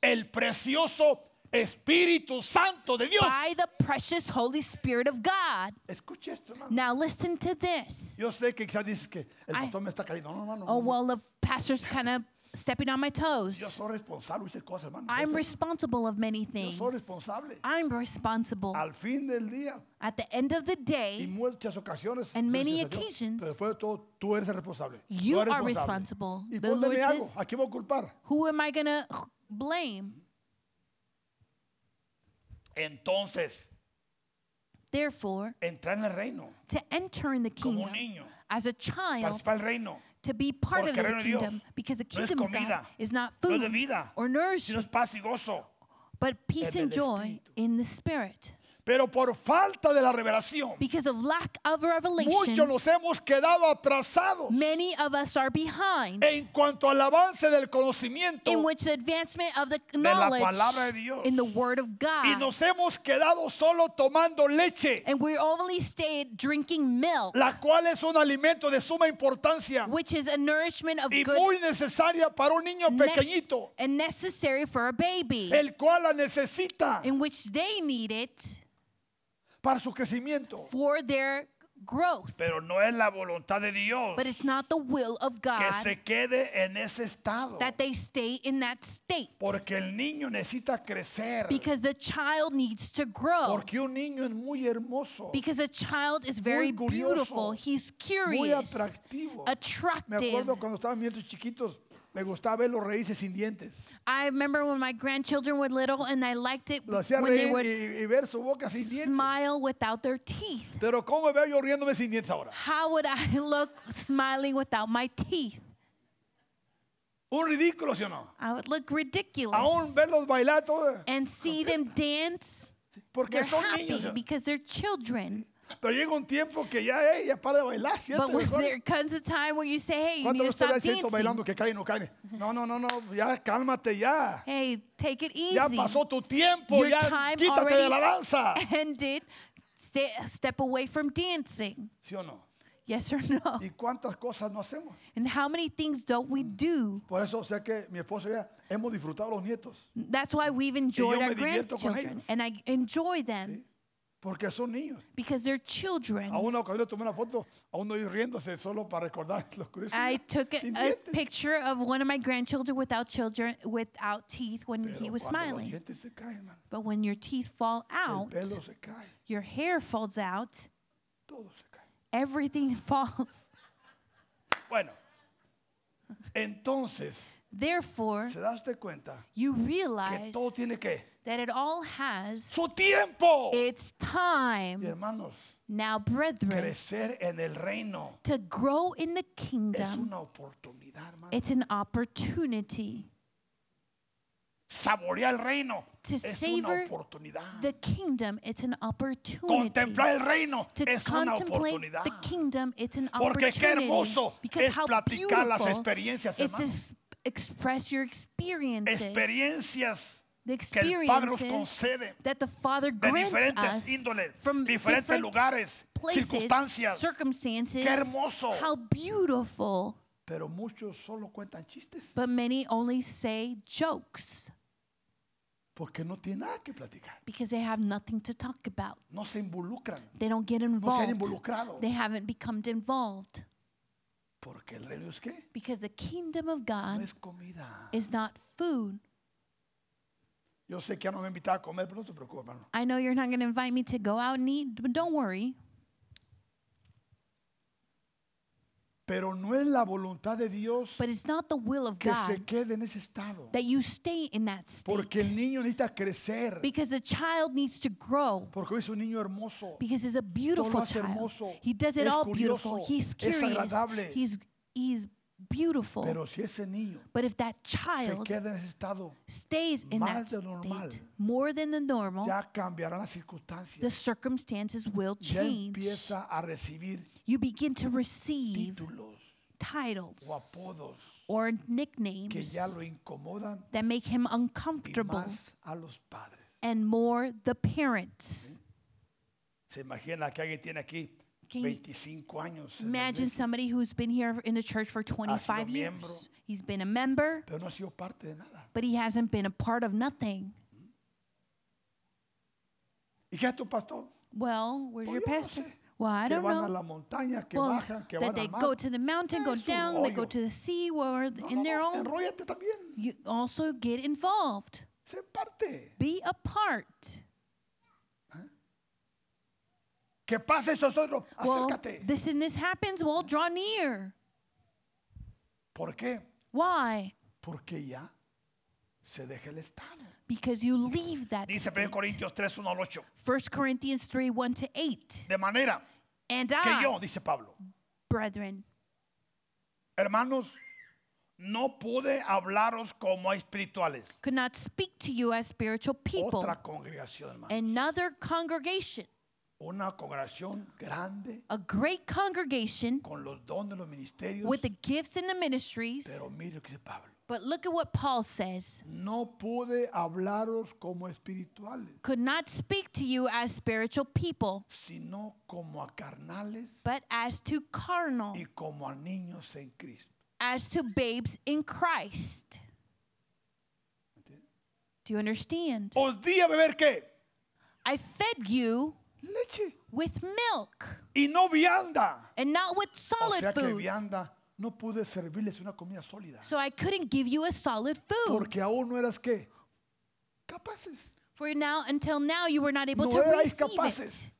S1: el precioso Espíritu Santo de Dios.
S2: by the precious Holy Spirit of God.
S1: Escuche esto, hermano.
S2: Now listen to this.
S1: Yo sé que quizás dices que el
S2: I-
S1: pastor me está cayendo. No, hermano. no,
S2: Oh
S1: no.
S2: well, the pastor's kind of stepping on my
S1: Mm. Yo
S2: toes.
S1: soy responsable de muchas cosas, hermano.
S2: I'm
S1: Yo
S2: responsible of many
S1: soy
S2: things.
S1: responsable.
S2: I'm responsible.
S1: Al fin del día
S2: At the end of the
S1: y
S2: day,
S1: muchas ocasiones.
S2: And
S1: yo
S2: many
S1: decía, "Señor,
S2: occasions,
S1: Pero después de todo, tú eres el responsable. Tú
S2: you
S1: eres
S2: are
S1: responsable.
S2: responsible.
S1: ¿Y
S2: The
S1: por dónde
S2: Lord
S1: me hago?
S2: says-
S1: ¿A quién voy a culpar?
S2: who am I gonna blame?
S1: Entonces,
S2: Therefore,
S1: entrar en el reino,
S2: to enter in the
S1: como
S2: kingdom
S1: un niño,
S2: as a child
S1: participar del reino.
S2: to be part
S1: Porque
S2: of
S1: el
S2: the
S1: reino de Dios
S2: kingdom because the
S1: no es
S2: kingdom of God
S1: comida,
S2: is not
S1: no es
S2: food
S1: bebida, sino
S2: or
S1: es
S2: nourishment,
S1: paz y gozo.
S2: but peace
S1: en
S2: and
S1: el espíritu.
S2: joy in the spirit.
S1: Pero por falta de la revelación,
S2: Because of lack of
S1: muchos
S2: revelation,
S1: nos hemos quedado atrasados
S2: many of us are behind
S1: en cuanto al avance del conocimiento
S2: in which the advancement of the
S1: la palabra
S2: knowledge
S1: de Dios.
S2: in the word of
S1: y
S2: God.
S1: nos hemos quedado solo tomando leche,
S2: And we only stayed drinking milk,
S1: la cual es un alimento de suma importancia
S2: which is a nourishment of
S1: y
S2: good
S1: muy necesaria para un niño
S2: nec-
S1: pequeñito,
S2: and necessary for a baby,
S1: el cual la necesita
S2: in which they need it
S1: para su crecimiento.
S2: for their growth.
S1: Pero no es la voluntad de Dios
S2: But it's not the will of
S1: que
S2: God
S1: se quede en ese estado,
S2: that they stay in that state
S1: porque el niño necesita crecer,
S2: because the child needs to grow.
S1: porque un niño es muy hermoso.
S2: Because a child is very
S1: curioso,
S2: beautiful, he's
S1: muy
S2: curious,
S1: atractivo. Me
S2: attractive.
S1: acuerdo cuando estaban nietos chiquitos, me gustaba ver los reíces sin dientes.
S2: I remember when my grandchildren were little and I liked it
S1: Lo hacía
S2: when they
S1: reír
S2: would
S1: y, y ver su boca sin dientes.
S2: smile without their teeth.
S1: Pero ¿cómo me veo yo riéndome sin dientes ahora?
S2: How would I look smiling without my teeth?
S1: Un ridículo, ¿sí o no?
S2: I would look ridiculous.
S1: Aún verlos bailar todo,
S2: and see them dance.
S1: porque
S2: They're
S1: son
S2: happy
S1: niños. ¿sí o no?
S2: because they're children.
S1: Pero llega un tiempo que ya, eh, ya para de bailar.
S2: But
S1: siéntate
S2: when
S1: mejor.
S2: there comes a time where you say, hey, you
S1: ¿Cuántos
S2: need
S1: de
S2: to
S1: ustedes
S2: stop
S1: han visto bailando
S2: dancing.
S1: que caen o caen? No, no, no, no, ya cálmate ya.
S2: Hey, take it
S1: Ya
S2: easy.
S1: pasó tu tiempo,
S2: Your
S1: ya
S2: time
S1: quítate de
S2: already-
S1: la danza.
S2: End it. Stay, step away from dancing.
S1: ¿Sí o no?
S2: Yes or no?
S1: ¿Y cuántas cosas no hacemos?
S2: And how many things don't we do?
S1: Por eso, o sea que mi esposo y yo hemos disfrutado los nietos,
S2: That's why we've enjoyed
S1: yo me
S2: our
S1: divierto con
S2: grandchildren.
S1: ellos.
S2: And I enjoy them
S1: porque son niños.
S2: because they're children.
S1: A una ocasión le tomé una foto, a uno ir riéndose solo para recordar los curiosos.
S2: I took a,
S1: sin
S2: a
S1: dientes.
S2: picture of one of my grandchildren without children without teeth when
S1: Pero
S2: he was
S1: cuando los
S2: smiling.
S1: dientes se caen, hermano,
S2: But when your teeth fall
S1: el
S2: out,
S1: pelo se cae,
S2: your hair falls out,
S1: todo se cae.
S2: everything falls.
S1: Bueno, entonces,
S2: Therefore,
S1: ¿se das de cuenta
S2: you
S1: que
S2: realize
S1: todo tiene que
S2: that it all has
S1: su tiempo?
S2: its
S1: Y
S2: time.
S1: hermanos,
S2: Now, brethren,
S1: crecer en el reino
S2: to grow in the
S1: es
S2: kingdom,
S1: una oportunidad, hermano.
S2: it's an opportunity.
S1: Saborear el reino
S2: To
S1: es una
S2: savor
S1: oportunidad.
S2: The kingdom, it's an opportunity.
S1: Contemplar el reino
S2: To
S1: es una
S2: contemplate
S1: oportunidad.
S2: the kingdom, it's an
S1: Porque qué
S2: opportunity.
S1: hermoso
S2: because
S1: es
S2: how
S1: platicar las
S2: beautiful
S1: experiencias,
S2: it's to
S1: hermano.
S2: s- express your experiences,
S1: Experiencias
S2: the
S1: que el Padre nos
S2: experiences
S1: concede
S2: that the Father
S1: de
S2: grants
S1: diferentes
S2: us
S1: índoles,
S2: from
S1: diferentes
S2: different
S1: lugares,
S2: places,
S1: circunstancias.
S2: circumstances.
S1: Qué hermoso.
S2: How beautiful.
S1: Pero muchos solo cuentan chistes
S2: But many only say jokes
S1: porque no tienen nada que platicar.
S2: because they have nothing to talk about.
S1: No se involucran,
S2: They don't get
S1: no se han
S2: involved.
S1: involucrado.
S2: They haven't become involved
S1: Porque el reino es qué?
S2: because the kingdom of
S1: No
S2: God
S1: es comida.
S2: is not food.
S1: Yo sé que ya no me invitaba a comer, pero no te preocupes, hermano.
S2: I know you're not going to invite me to go out and eat, but don't worry.
S1: Pero no es la voluntad de Dios
S2: But it's not the will of
S1: que se
S2: Pues, God
S1: quede en ese estado.
S2: that you stay in that state
S1: Porque el niño necesita crecer.
S2: because the child needs to grow
S1: Porque hoy es un niño hermoso.
S2: because he's a
S1: Todo lo
S2: beautiful
S1: hace
S2: child.
S1: hermoso.
S2: He does it
S1: Es
S2: all beautiful.
S1: curioso.
S2: He's
S1: Es
S2: curious.
S1: agradable.
S2: He's he's beautiful.
S1: Pero si ese niño
S2: But if that
S1: se
S2: child
S1: queda en ese estado,
S2: stays in that
S1: más de lo normal,
S2: state more than the normal,
S1: ya cambiarán las
S2: the
S1: circunstancias.
S2: circumstances will
S1: Ya
S2: change.
S1: empieza a recibir
S2: You begin to receive
S1: títulos
S2: titles
S1: o apodos
S2: or
S1: que
S2: nicknames
S1: ya lo incomodan
S2: that make him
S1: y
S2: uncomfortable
S1: más a los padres.
S2: and more the parents.
S1: Se imagina que alguien tiene aquí
S2: Can you
S1: 25 años, en la
S2: Imagine
S1: iglesia,
S2: somebody who's been here in the church for 25
S1: "Ah, miembro.
S2: years. He's been a member,
S1: pero no ha sido parte de nada.
S2: but he hasn't been a part of nothing.
S1: ¿Y qué es tu pastor?
S2: Well, where's
S1: Pues
S2: your
S1: yo no
S2: pastor?
S1: sé.
S2: Well, I
S1: que
S2: don't
S1: van a
S2: know.
S1: la montaña, que
S2: Well,
S1: bajan, que
S2: that
S1: van
S2: they
S1: al mar.
S2: go to the mountain, go
S1: Es su
S2: down, they go
S1: rollo.
S2: to the sea, or
S1: No,
S2: in
S1: no,
S2: their
S1: no,
S2: own.
S1: enróllate también.
S2: You also get involved.
S1: Sé parte.
S2: Be a part.
S1: Que pase esto otros.
S2: Well,
S1: Acércate.
S2: this and this happens. Well, draw near.
S1: ¿Por qué?
S2: Why?
S1: Porque ya se deja el estado.
S2: Because you leave that.
S1: Dice 1
S2: state.
S1: Corintios 3, 1 al 8.
S2: 1 Corinthians 3 1 to 8.
S1: De manera
S2: And
S1: que
S2: I,
S1: yo, dice Pablo,
S2: brethren,
S1: hermanos, no pude hablaros como a espirituales.
S2: could not speak to you as spiritual people.
S1: Otra congregación, hermano.
S2: Another congregation,
S1: Una congregación grande
S2: a great congregation
S1: con los dones, los ministerios.
S2: with the gifts and the ministries.
S1: Pero mire lo que dice Pablo.
S2: But look at what Paul says
S1: No pude hablaros como espirituales,
S2: could not speak to you as spiritual people,
S1: sino como a carnales
S2: but as to carnal,
S1: y como a niños en Cristo.
S2: as to babes in Christ. Do you understand?
S1: Os di a beber qué?
S2: I fed you
S1: Leche.
S2: with milk
S1: Y no vianda.
S2: and not with
S1: O
S2: solid
S1: sea que
S2: food.
S1: vianda no pude servirles una comida sólida.
S2: So I couldn't give you a solid food.
S1: Porque aún no eras qué? Capaces.
S2: For now, until now, you were not able
S1: No
S2: to
S1: erais
S2: receive
S1: capaces.
S2: it.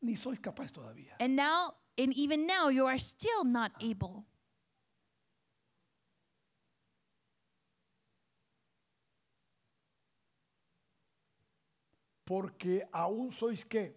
S1: Ni sois capaces todavía.
S2: And now, and even now, you are still not able.
S1: Porque aún sois qué?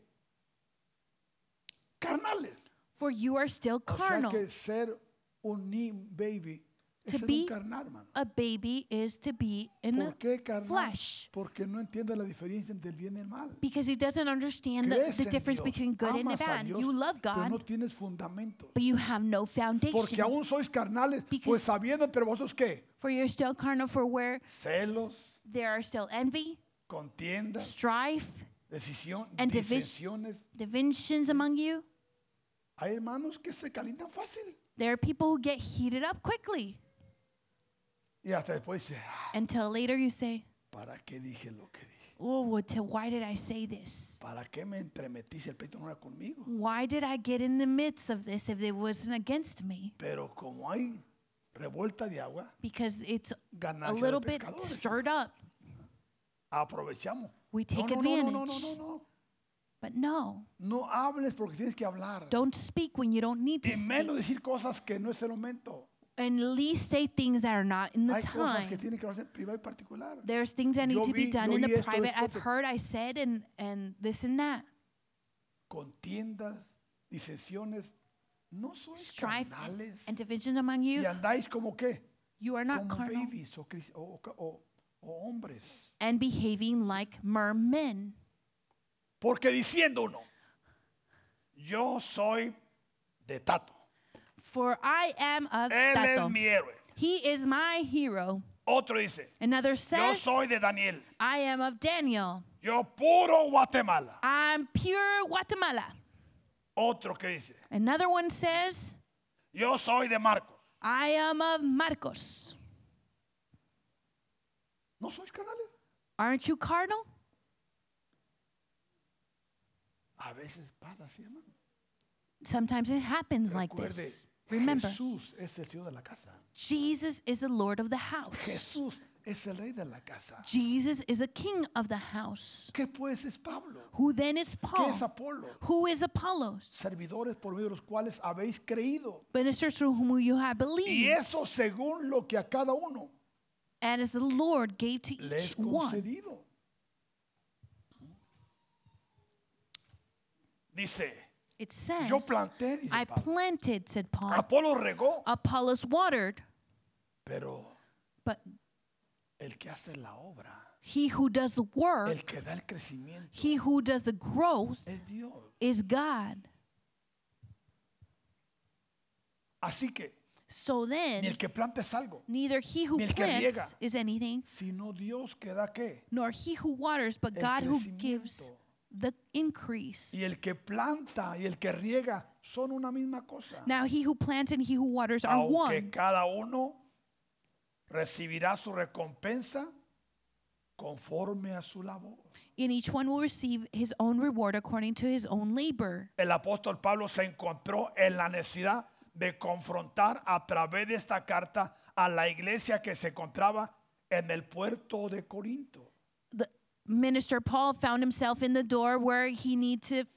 S1: Carnales.
S2: For you are still
S1: O sea
S2: carnal.
S1: que ser un nim baby es
S2: To
S1: ser un
S2: be
S1: carnal, hermano.
S2: A baby is to be in
S1: ¿Por
S2: the
S1: qué carnal?
S2: flesh.
S1: Porque no entiende la diferencia entre el bien y el mal.
S2: because he doesn't understand the,
S1: Crees
S2: the
S1: en
S2: difference
S1: Dios,
S2: between good and
S1: amas a
S2: bad.
S1: Dios,
S2: You love
S1: Pero
S2: God,
S1: no tienes fundamentos.
S2: but you have no
S1: Porque
S2: foundation.
S1: aún sois carnales, pues
S2: Because-
S1: sabiendo entre vosotros qué?
S2: For you're still carnal, for where
S1: Celos,
S2: there are still envy,
S1: contiendas,
S2: strife,
S1: decisión,
S2: And divis-
S1: disensiones.
S2: divisions among you.
S1: Hay hermanos que se calientan fácil.
S2: There are people who get heated up quickly
S1: Y hasta después dice, "Ah,
S2: until later you say,
S1: ¿para qué dije lo que dije?
S2: Oh, what to- why did I say this?
S1: ¿Para qué me entremetí si el peito no era conmigo?
S2: Why did I get in the midst of this if it wasn't against me?
S1: Pero como hay revuelta de agua,
S2: Because it's
S1: ganancia
S2: a little
S1: de
S2: bit
S1: pescadores.
S2: stirred up.
S1: Aprovechamos.
S2: We
S1: No,
S2: take
S1: no, no, no, no, no, no,
S2: advantage.
S1: no.
S2: But no,
S1: No hables porque tienes que hablar.
S2: don't speak when you don't need to
S1: Y menos
S2: speak.
S1: decir cosas que no es el momento.
S2: And at least say things that are not in the
S1: Hay cosas que
S2: time.
S1: tienen que hablarse en privado y particular.
S2: There's things that
S1: Yo
S2: need to
S1: vi-
S2: be done
S1: yo
S2: in
S1: oí
S2: the
S1: esto,
S2: private.
S1: esto,
S2: I've
S1: esto.
S2: heard, I said, and, and this and that.
S1: Contiendas, disensiones, no sois
S2: Strife and-
S1: carnales.
S2: and division among
S1: y
S2: you.
S1: andáis como qué?
S2: You are not
S1: Como
S2: carnal.
S1: babies o, cris- o- o- o- o hombres.
S2: And behaving like mermen.
S1: Porque diciendo uno, yo soy de Tato.
S2: For I am of
S1: Él
S2: Tato.
S1: es mi héroe.
S2: He is my hero.
S1: Otro dice,
S2: Another
S1: yo
S2: says,
S1: soy de Daniel.
S2: I am of Daniel.
S1: Yo puro Guatemala.
S2: I'm pure Guatemala.
S1: Otro que dice,
S2: Another one says,
S1: yo soy de Marcos.
S2: I am of Marcos.
S1: ¿No sois carnales?
S2: Aren't you carnal?
S1: A veces pasa así, hermano.
S2: Sometimes it happens like
S1: Recuerde,
S2: this. Remember,
S1: Jesús es el Señor de la casa.
S2: Jesus is the Lord of the house.
S1: Jesús es el Rey de la casa.
S2: Jesus is the King of the house.
S1: ¿Qué pues es Pablo?
S2: Who then is
S1: ¿Qué es
S2: Paul?
S1: Apolo?
S2: Who is Apollos?
S1: Servidores por medio de los cuales habéis creído.
S2: Ministers through whom you have
S1: Y
S2: believed,
S1: eso según lo que a cada uno
S2: and as the Lord gave to
S1: le
S2: each
S1: es
S2: one.
S1: concedido. Dice,
S2: It says,
S1: Yo planté, dice
S2: I
S1: Pablo.
S2: planted, said Paul.
S1: Apolo regó,
S2: Apollos watered,
S1: pero
S2: but
S1: el que hace la obra,
S2: he who does the work,
S1: el que da el crecimiento,
S2: he who does the growth,
S1: es Dios.
S2: is God.
S1: Así que
S2: So
S1: ni
S2: then,
S1: el que planta es algo,
S2: neither he who
S1: ni el que
S2: plants
S1: riega.
S2: is anything,
S1: sino Dios que da qué.
S2: nor he who waters, but
S1: El
S2: God who gives
S1: crecimiento.
S2: the increase.
S1: Y el que planta y el que riega son una misma cosa.
S2: Now he who plants and he who waters are
S1: Aunque
S2: one,
S1: cada uno recibirá su recompensa conforme a su labor.
S2: and each one will receive his own reward according to his own labor.
S1: El apóstol Pablo se encontró en la necesidad de confrontar a través de esta carta a la iglesia que se encontraba en el puerto de Corinto.
S2: The minister Paul found himself in the door where he need to f-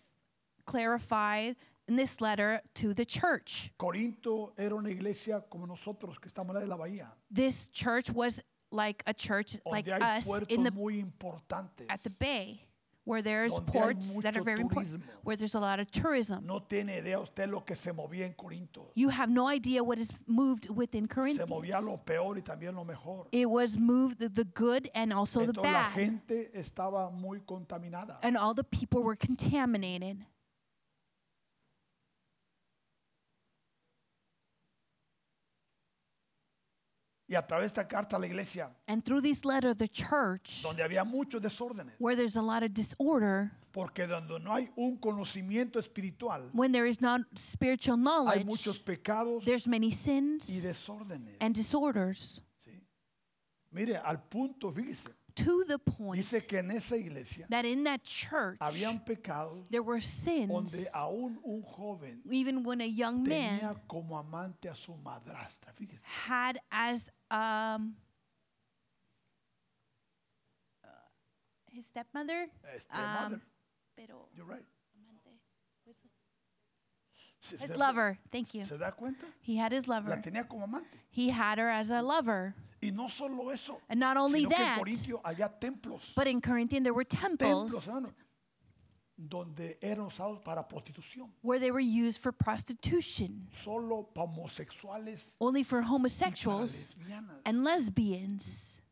S2: clarify in this letter to the church.
S1: Corinto era una iglesia como nosotros que estamos en de la bahía,
S2: This church was like a church like
S1: donde hay
S2: us
S1: puertos
S2: in the
S1: muy importantes.
S2: at the bay where there's
S1: Donde hay
S2: ports that are
S1: mucho
S2: very important,
S1: turismo.
S2: where there's a lot of tourism.
S1: No tiene idea usted lo que se movía en Corinto.
S2: You have no idea what is moved within
S1: Se movía
S2: Corinthians.
S1: lo peor y también lo mejor.
S2: It was moved the, the good and also the
S1: Entonces la
S2: bad,
S1: gente estaba muy contaminada.
S2: and all the people were contaminated.
S1: Y a través de esta carta a la iglesia,
S2: And through this letter, the church,
S1: donde había muchos desórdenes,
S2: where there's a lot of disorder,
S1: porque donde no hay un conocimiento espiritual,
S2: when there is not spiritual
S1: hay
S2: knowledge,
S1: muchos pecados
S2: there's many
S1: y
S2: sins
S1: desórdenes.
S2: and disorders.
S1: ¿sí? Mire, al punto, fíjese,
S2: To the point
S1: dice que en esa iglesia
S2: that in that church,
S1: habían pecados
S2: there were
S1: donde
S2: sins,
S1: aún un joven
S2: even when a young man
S1: tenía como amante a su madrastra. Fíjese,
S2: had as um, uh, his stepmother.
S1: este,
S2: um,
S1: mother,
S2: pero
S1: you're right.
S2: amante, was the-
S1: ¿Se-
S2: his
S1: se-
S2: lover. Thank you.
S1: ¿Se da cuenta?
S2: He had his
S1: La
S2: lover.
S1: tenía como amante.
S2: He had her as a lover.
S1: Y no solo eso,
S2: And not only
S1: sino que en
S2: that,
S1: Corintio había templos,
S2: but in Corinthian there were
S1: templos, ah,
S2: temples
S1: hermano, donde eran usados para prostitución,
S2: where they were used for prostitution,
S1: solo para homosexuales,
S2: only for
S1: para
S2: homosexuals
S1: lesbianas.
S2: and lesbians.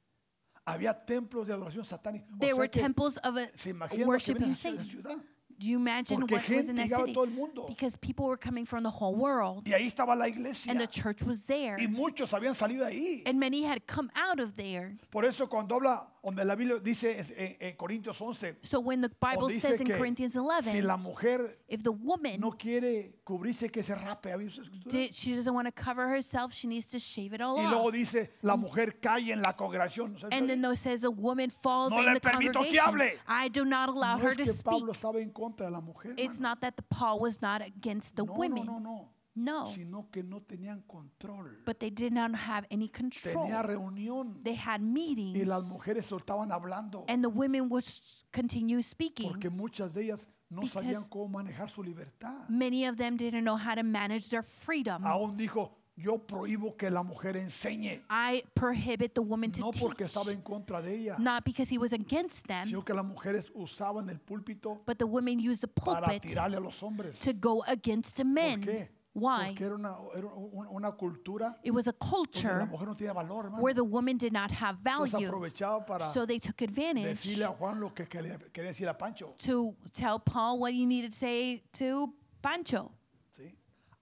S1: Había templos de adoración satánica. O
S2: There
S1: sea
S2: were
S1: que
S2: temples of a,
S1: se imagina lo que viene
S2: worshiping
S1: a la
S2: Satan.
S1: ciudad.
S2: Do you imagine
S1: Porque
S2: what was
S1: gente
S2: in that
S1: llegaba de
S2: city?
S1: todo el mundo.
S2: Because people were coming from the whole world,
S1: Y ahí estaba la iglesia.
S2: and the church was there,
S1: Y muchos habían salido ahí.
S2: and many had come out of there.
S1: Por eso cuando habla, donde la Biblia dice es- en, en Corintios 11,
S2: So when the Bible
S1: donde
S2: says
S1: dice
S2: in
S1: que
S2: Corinthians
S1: si
S2: 11,
S1: la mujer
S2: if the woman
S1: no quiere cubrirse, que se rape. ¿ha visto esa escritura?
S2: did, she doesn't want to cover herself, she needs to shave it all
S1: Y luego
S2: off.
S1: dice, la mujer cae en la congregación. O sea,
S2: And then
S1: no
S2: those says a woman falls
S1: No
S2: in
S1: le
S2: the
S1: permito que
S2: congregation.
S1: hable.
S2: I do not allow her
S1: es
S2: to
S1: que
S2: speak.
S1: Pablo estaba en contra de la mujer.
S2: It's
S1: hermano.
S2: not that the Paul was not against the
S1: no,
S2: women,
S1: no, no, no.
S2: No.
S1: Sino que no tenían control.
S2: but they did not have any control.
S1: Tenía reunión
S2: They had
S1: y
S2: meetings,
S1: las mujeres soltaban hablando
S2: and the women would s- continue speaking.
S1: porque muchas de ellas no sabían
S2: Because- Mm.
S1: cómo manejar su libertad.
S2: Many of them didn't know how to manage their freedom.
S1: Aún dijo, yo prohíbo que la mujer enseñe.
S2: I prohibit the woman to
S1: No porque
S2: teach,
S1: estaba en contra de ella,
S2: not because he was against them,
S1: sino que las mujeres usaban el púlpito
S2: but the women used the
S1: para
S2: pulpit
S1: tirarle a los hombres.
S2: to go against the
S1: ¿Por
S2: men.
S1: qué?
S2: Why?
S1: Porque era una, era un- una cultura
S2: It was a
S1: donde la
S2: culture
S1: mujer no tenía valor, hermano.
S2: where the woman did not have
S1: Entonces
S2: value,
S1: aprovechaba para
S2: so they took advantage
S1: decirle a Juan lo que quería, quería decir a Pancho.
S2: to tell Paul what he needed to say to Pancho.
S1: ¿sí?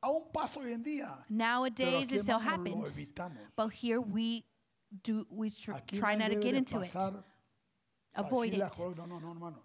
S1: Aún pasa hoy en día. Pero
S2: Nowadays,
S1: aquí,
S2: it
S1: hermano,
S2: still
S1: lo
S2: happens,
S1: evitamos.
S2: but here we do we tr-
S1: Aquí
S2: try
S1: no
S2: not to
S1: debe
S2: get
S1: de
S2: into it,
S1: pasar a
S2: avoid
S1: decirle a
S2: it.
S1: Juan, No, no, no, hermano.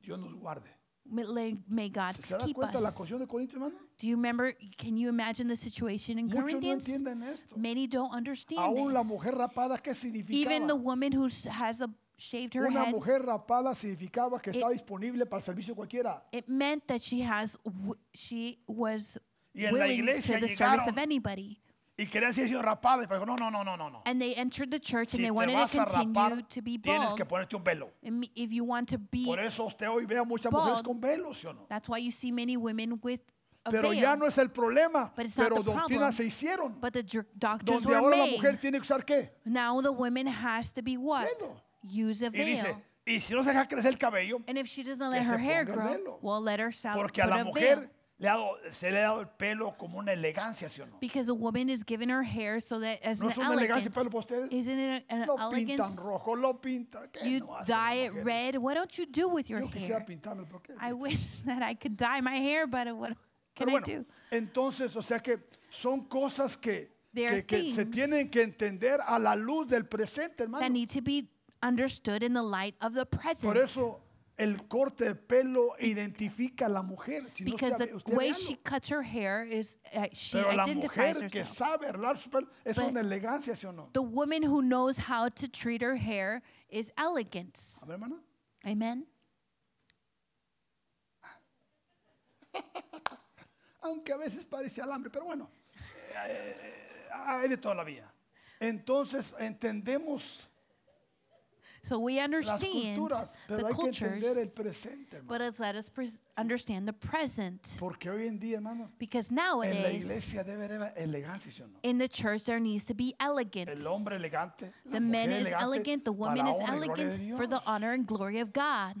S1: Dios nos guarde.
S2: May- lay- May God
S1: ¿Se da
S2: keep
S1: cuenta la
S2: us.
S1: cuestión de Corinto, hermano?
S2: Do you remember? Can you imagine the situation in
S1: Muchos no
S2: Corinthians?
S1: entienden esto.
S2: Many don't understand
S1: Aún la
S2: this.
S1: mujer rapada, ¿qué significaba?
S2: Even the woman who s- has a, shaved her
S1: Una
S2: head,
S1: mujer rapada significaba que estaba disponible para el servicio cualquiera.
S2: it meant that she has w- she was
S1: Y en la
S2: willing
S1: iglesia
S2: to the service
S1: llegaron.
S2: of anybody.
S1: Y quería decir sido rapada, pero dijo, no, no, no, no, no, no.
S2: And they entered the church
S1: Si
S2: and
S1: te
S2: they wanted
S1: vas
S2: to
S1: a rapar,
S2: continue to be
S1: tienes
S2: bald.
S1: que ponerte un velo.
S2: And me- If you want to be,
S1: Por eso usted hoy ve a muchas mujeres
S2: bald,
S1: con velos, ¿sí o no?
S2: that's why you see many women with a
S1: Pero
S2: veil.
S1: ya no es el problema.
S2: But it's not
S1: Pero
S2: the problem.
S1: doctrinas se hicieron.
S2: but the dr- doctors
S1: Donde
S2: were
S1: ahora la
S2: made.
S1: mujer tiene que usar qué?
S2: Now the woman has to be what?
S1: Velo.
S2: Use a
S1: Y
S2: veil.
S1: dice, Y si no se deja crecer el cabello,
S2: And if she doesn't
S1: Que
S2: let
S1: se
S2: her hair
S1: ponga el
S2: grow,
S1: velo.
S2: well, let her sal-
S1: porque
S2: put
S1: a la
S2: a veil.
S1: mujer le ha dado- se le ha dado el pelo como una elegancia, ¿sí o no?
S2: Because a woman is given her hair so that as
S1: ¿No
S2: an
S1: es una elegancia el
S2: elegance.
S1: pelo para ustedes?
S2: Isn't it an, an
S1: Lo pintan
S2: elegance?
S1: rojo, lo pintan. ¿Qué
S2: You
S1: no hacen las
S2: dye it
S1: mujeres?
S2: red. What don't you do with your
S1: Yo quisiera
S2: hair?
S1: pintarme, ¿por qué?
S2: I wish that I could dye my hair, but what can
S1: Pero
S2: I do?
S1: bueno, entonces, o sea que son cosas que,
S2: There are
S1: que- que se
S2: things
S1: tienen que entender a la luz del presente,
S2: That
S1: hermano.
S2: need to be understood in the light of the present.
S1: ah, Por eso el corte de pelo identifica a la mujer. Si no,
S2: because
S1: usted-
S2: the
S1: usted
S2: way
S1: véalo.
S2: she cuts her hair is uh, she
S1: Pero la
S2: identifies
S1: mujer que
S2: herself.
S1: sabe arreglar su pelo es
S2: But-
S1: una elegancia, ¿sí o no?
S2: The woman who knows how to treat her hair is elegance.
S1: A ver, hermana.
S2: Amen.
S1: Aunque a veces parece alambre, pero bueno, eh, hay de toda la vida. Entonces entendemos
S2: So we
S1: las
S2: understand
S1: culturas,
S2: the
S1: pero hay que entender el
S2: cultures,
S1: presente, hermano.
S2: but it's let us pres understand the present.
S1: Porque hoy en día, hermano,
S2: Because
S1: en la
S2: nowadays,
S1: iglesia debe haber elegancia, ¿sí o no?
S2: in the church, there needs to be elegance.
S1: El hombre elegante, la
S2: The
S1: mujer
S2: man is
S1: elegante,
S2: elegant, the
S1: para
S2: woman is
S1: honra y gloria de
S2: elegant for
S1: Dios.
S2: the honor and glory of God.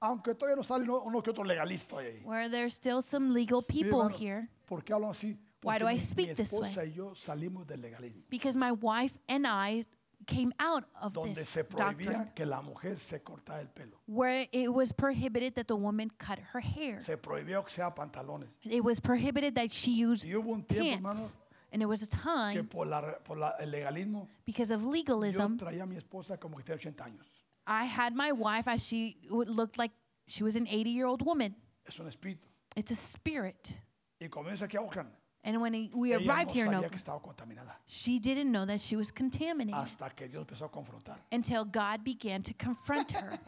S1: Aunque todavía no sale uno- uno que otro legalista hoy ahí.
S2: Where there's still some legal
S1: Mire,
S2: people
S1: hermano,
S2: here,
S1: ¿Por qué hablo así? Porque
S2: Why do I
S1: mi- mi
S2: speak this way?
S1: esposa y yo salimos del legalismo,
S2: because my wife and I came out of
S1: donde
S2: this
S1: se prohibía
S2: doctrine,
S1: que la mujer se cortara el pelo.
S2: where it was prohibited that the woman cut her hair.
S1: Se prohibió que sea pantalones.
S2: It was prohibited that she used
S1: Y hubo un tiempo, hermano,
S2: pants. And there was a
S1: que
S2: time,
S1: por, la, re- por la- el legalismo
S2: because of
S1: yo
S2: legalism,
S1: traía a mi esposa como que tenía 80 años.
S2: I had my wife as she would- looked like she was an 80 year old woman.
S1: Es un espíritu.
S2: It's a spirit.
S1: Y comienza aquí a Oakland.
S2: And when we
S1: Ella
S2: arrived
S1: no
S2: here in
S1: sabía que
S2: Oakland,
S1: estaba contaminada
S2: she didn't know that she was contaminated.
S1: hasta que Dios empezó a confrontar.
S2: until God began to confront her.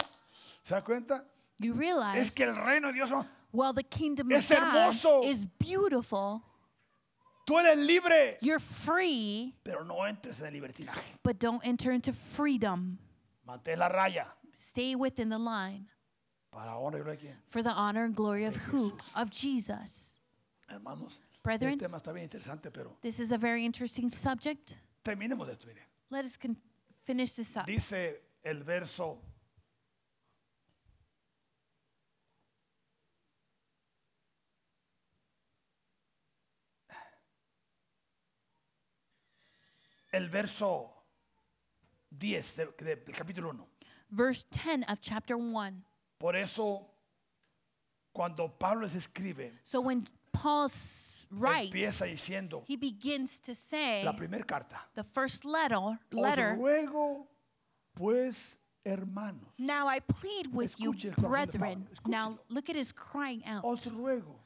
S1: ¿Se da cuenta?
S2: You realize,
S1: Es que el reino de Dios, hermano,
S2: well, the kingdom
S1: Es
S2: of God
S1: hermoso.
S2: is beautiful.
S1: tú eres libre,
S2: You're free,
S1: pero no entres en el libertinaje.
S2: but don't enter into freedom.
S1: Mantén la raya
S2: Stay within the line
S1: para honra y gloria de quién.
S2: for the honor and glory of who? Of Jesus.
S1: Hermanos,
S2: Brethren.
S1: este tema está bien interesante, pero
S2: This is a very interesting subject.
S1: terminemos esto. Mire.
S2: Let us con- finish this up.
S1: Dice el verso El verso 10 de- de- del capítulo 1.
S2: Verse 10 of chapter 1.
S1: Por eso cuando Pablo les escribe,
S2: So when Paul s-
S1: empieza
S2: writes,
S1: diciendo
S2: he begins to say
S1: la Oh, primera carta.
S2: the first letter,
S1: Os
S2: letter
S1: ruego pues hermanos,
S2: Now I plead with you,
S1: Escuche Oh, el corazón de
S2: brethren.
S1: Pablo,
S2: Now
S1: escúchelo.
S2: look at his crying out.
S1: os ruego,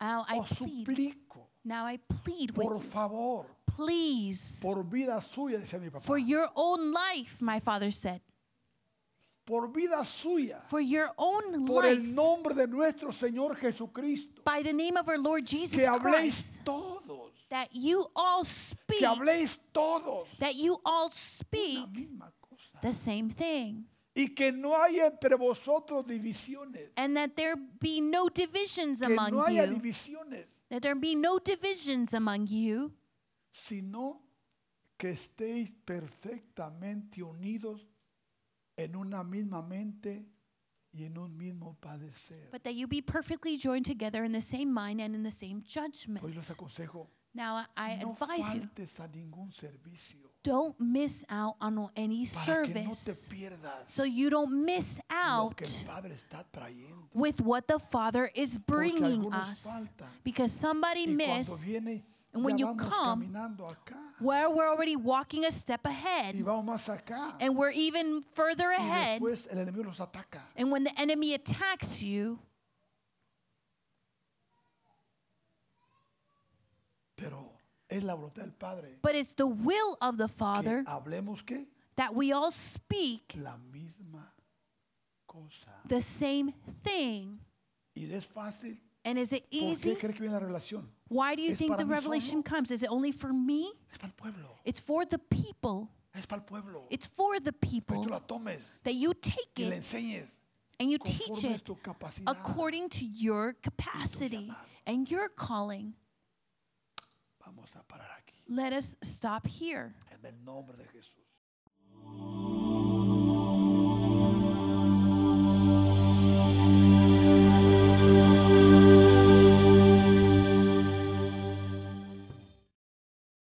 S2: Now I
S1: os
S2: plead.
S1: suplico
S2: Now I plead with
S1: oh, Por
S2: you.
S1: favor,
S2: Please,
S1: por vida suya, decía mi papá.
S2: for your own life, my father said.
S1: por vida suya.
S2: For your own
S1: Por
S2: life,
S1: el nombre de nuestro Señor Jesucristo.
S2: by the name of our Lord Jesus
S1: Que habléis
S2: Christ,
S1: todos.
S2: that you all speak,
S1: Que habléis todos.
S2: that you all
S1: La
S2: speak
S1: misma cosa.
S2: the same thing,
S1: Y que no haya entre vosotros divisiones.
S2: and that there be no divisions
S1: Que
S2: among
S1: no haya
S2: you,
S1: divisiones.
S2: that there be no divisions among you,
S1: Sino que estéis perfectamente unidos en una misma mente y en un mismo padecer.
S2: but that you be perfectly joined together in the same mind and in the same judgment.
S1: Hoy les aconsejo,
S2: Now I I
S1: no
S2: advise you
S1: faltes a ningún servicio.
S2: don't miss out on any
S1: para que no te
S2: service
S1: pierdas
S2: so you don't miss
S1: lo
S2: out
S1: que el Padre está trayendo.
S2: with what the Father is bringing
S1: algunos
S2: us
S1: faltan.
S2: because somebody
S1: Y cuando
S2: missed
S1: viene,
S2: and when
S1: ya
S2: you
S1: vamos
S2: come,
S1: caminando acá
S2: where we're already walking a step
S1: y
S2: ahead
S1: vamos más acá
S2: and we're even further
S1: y
S2: ahead
S1: después el enemigo los ataca.
S2: and when the enemy attacks you
S1: Pero es la voluntad del Padre
S2: but it's the will of the
S1: que
S2: Father
S1: hablemos que
S2: that we all speak
S1: la misma cosa.
S2: the same thing
S1: Y es fácil.
S2: and is it
S1: ¿Por
S2: easy
S1: qué cree que viene la revelación?
S2: why do you
S1: Es
S2: think
S1: para
S2: the
S1: mí solo.
S2: revelation comes is it only for me
S1: Es para el pueblo.
S2: It's for the people.
S1: Es para el pueblo.
S2: It's for the
S1: Que tú
S2: people
S1: la tomes
S2: that you take
S1: y le
S2: it
S1: enseñes
S2: and you teach
S1: conforme es
S2: it
S1: tu capacidad.
S2: according to your capacity and your calling.
S1: Vamos a parar aquí.
S2: Let us stop here
S1: En el nombre de Jesús.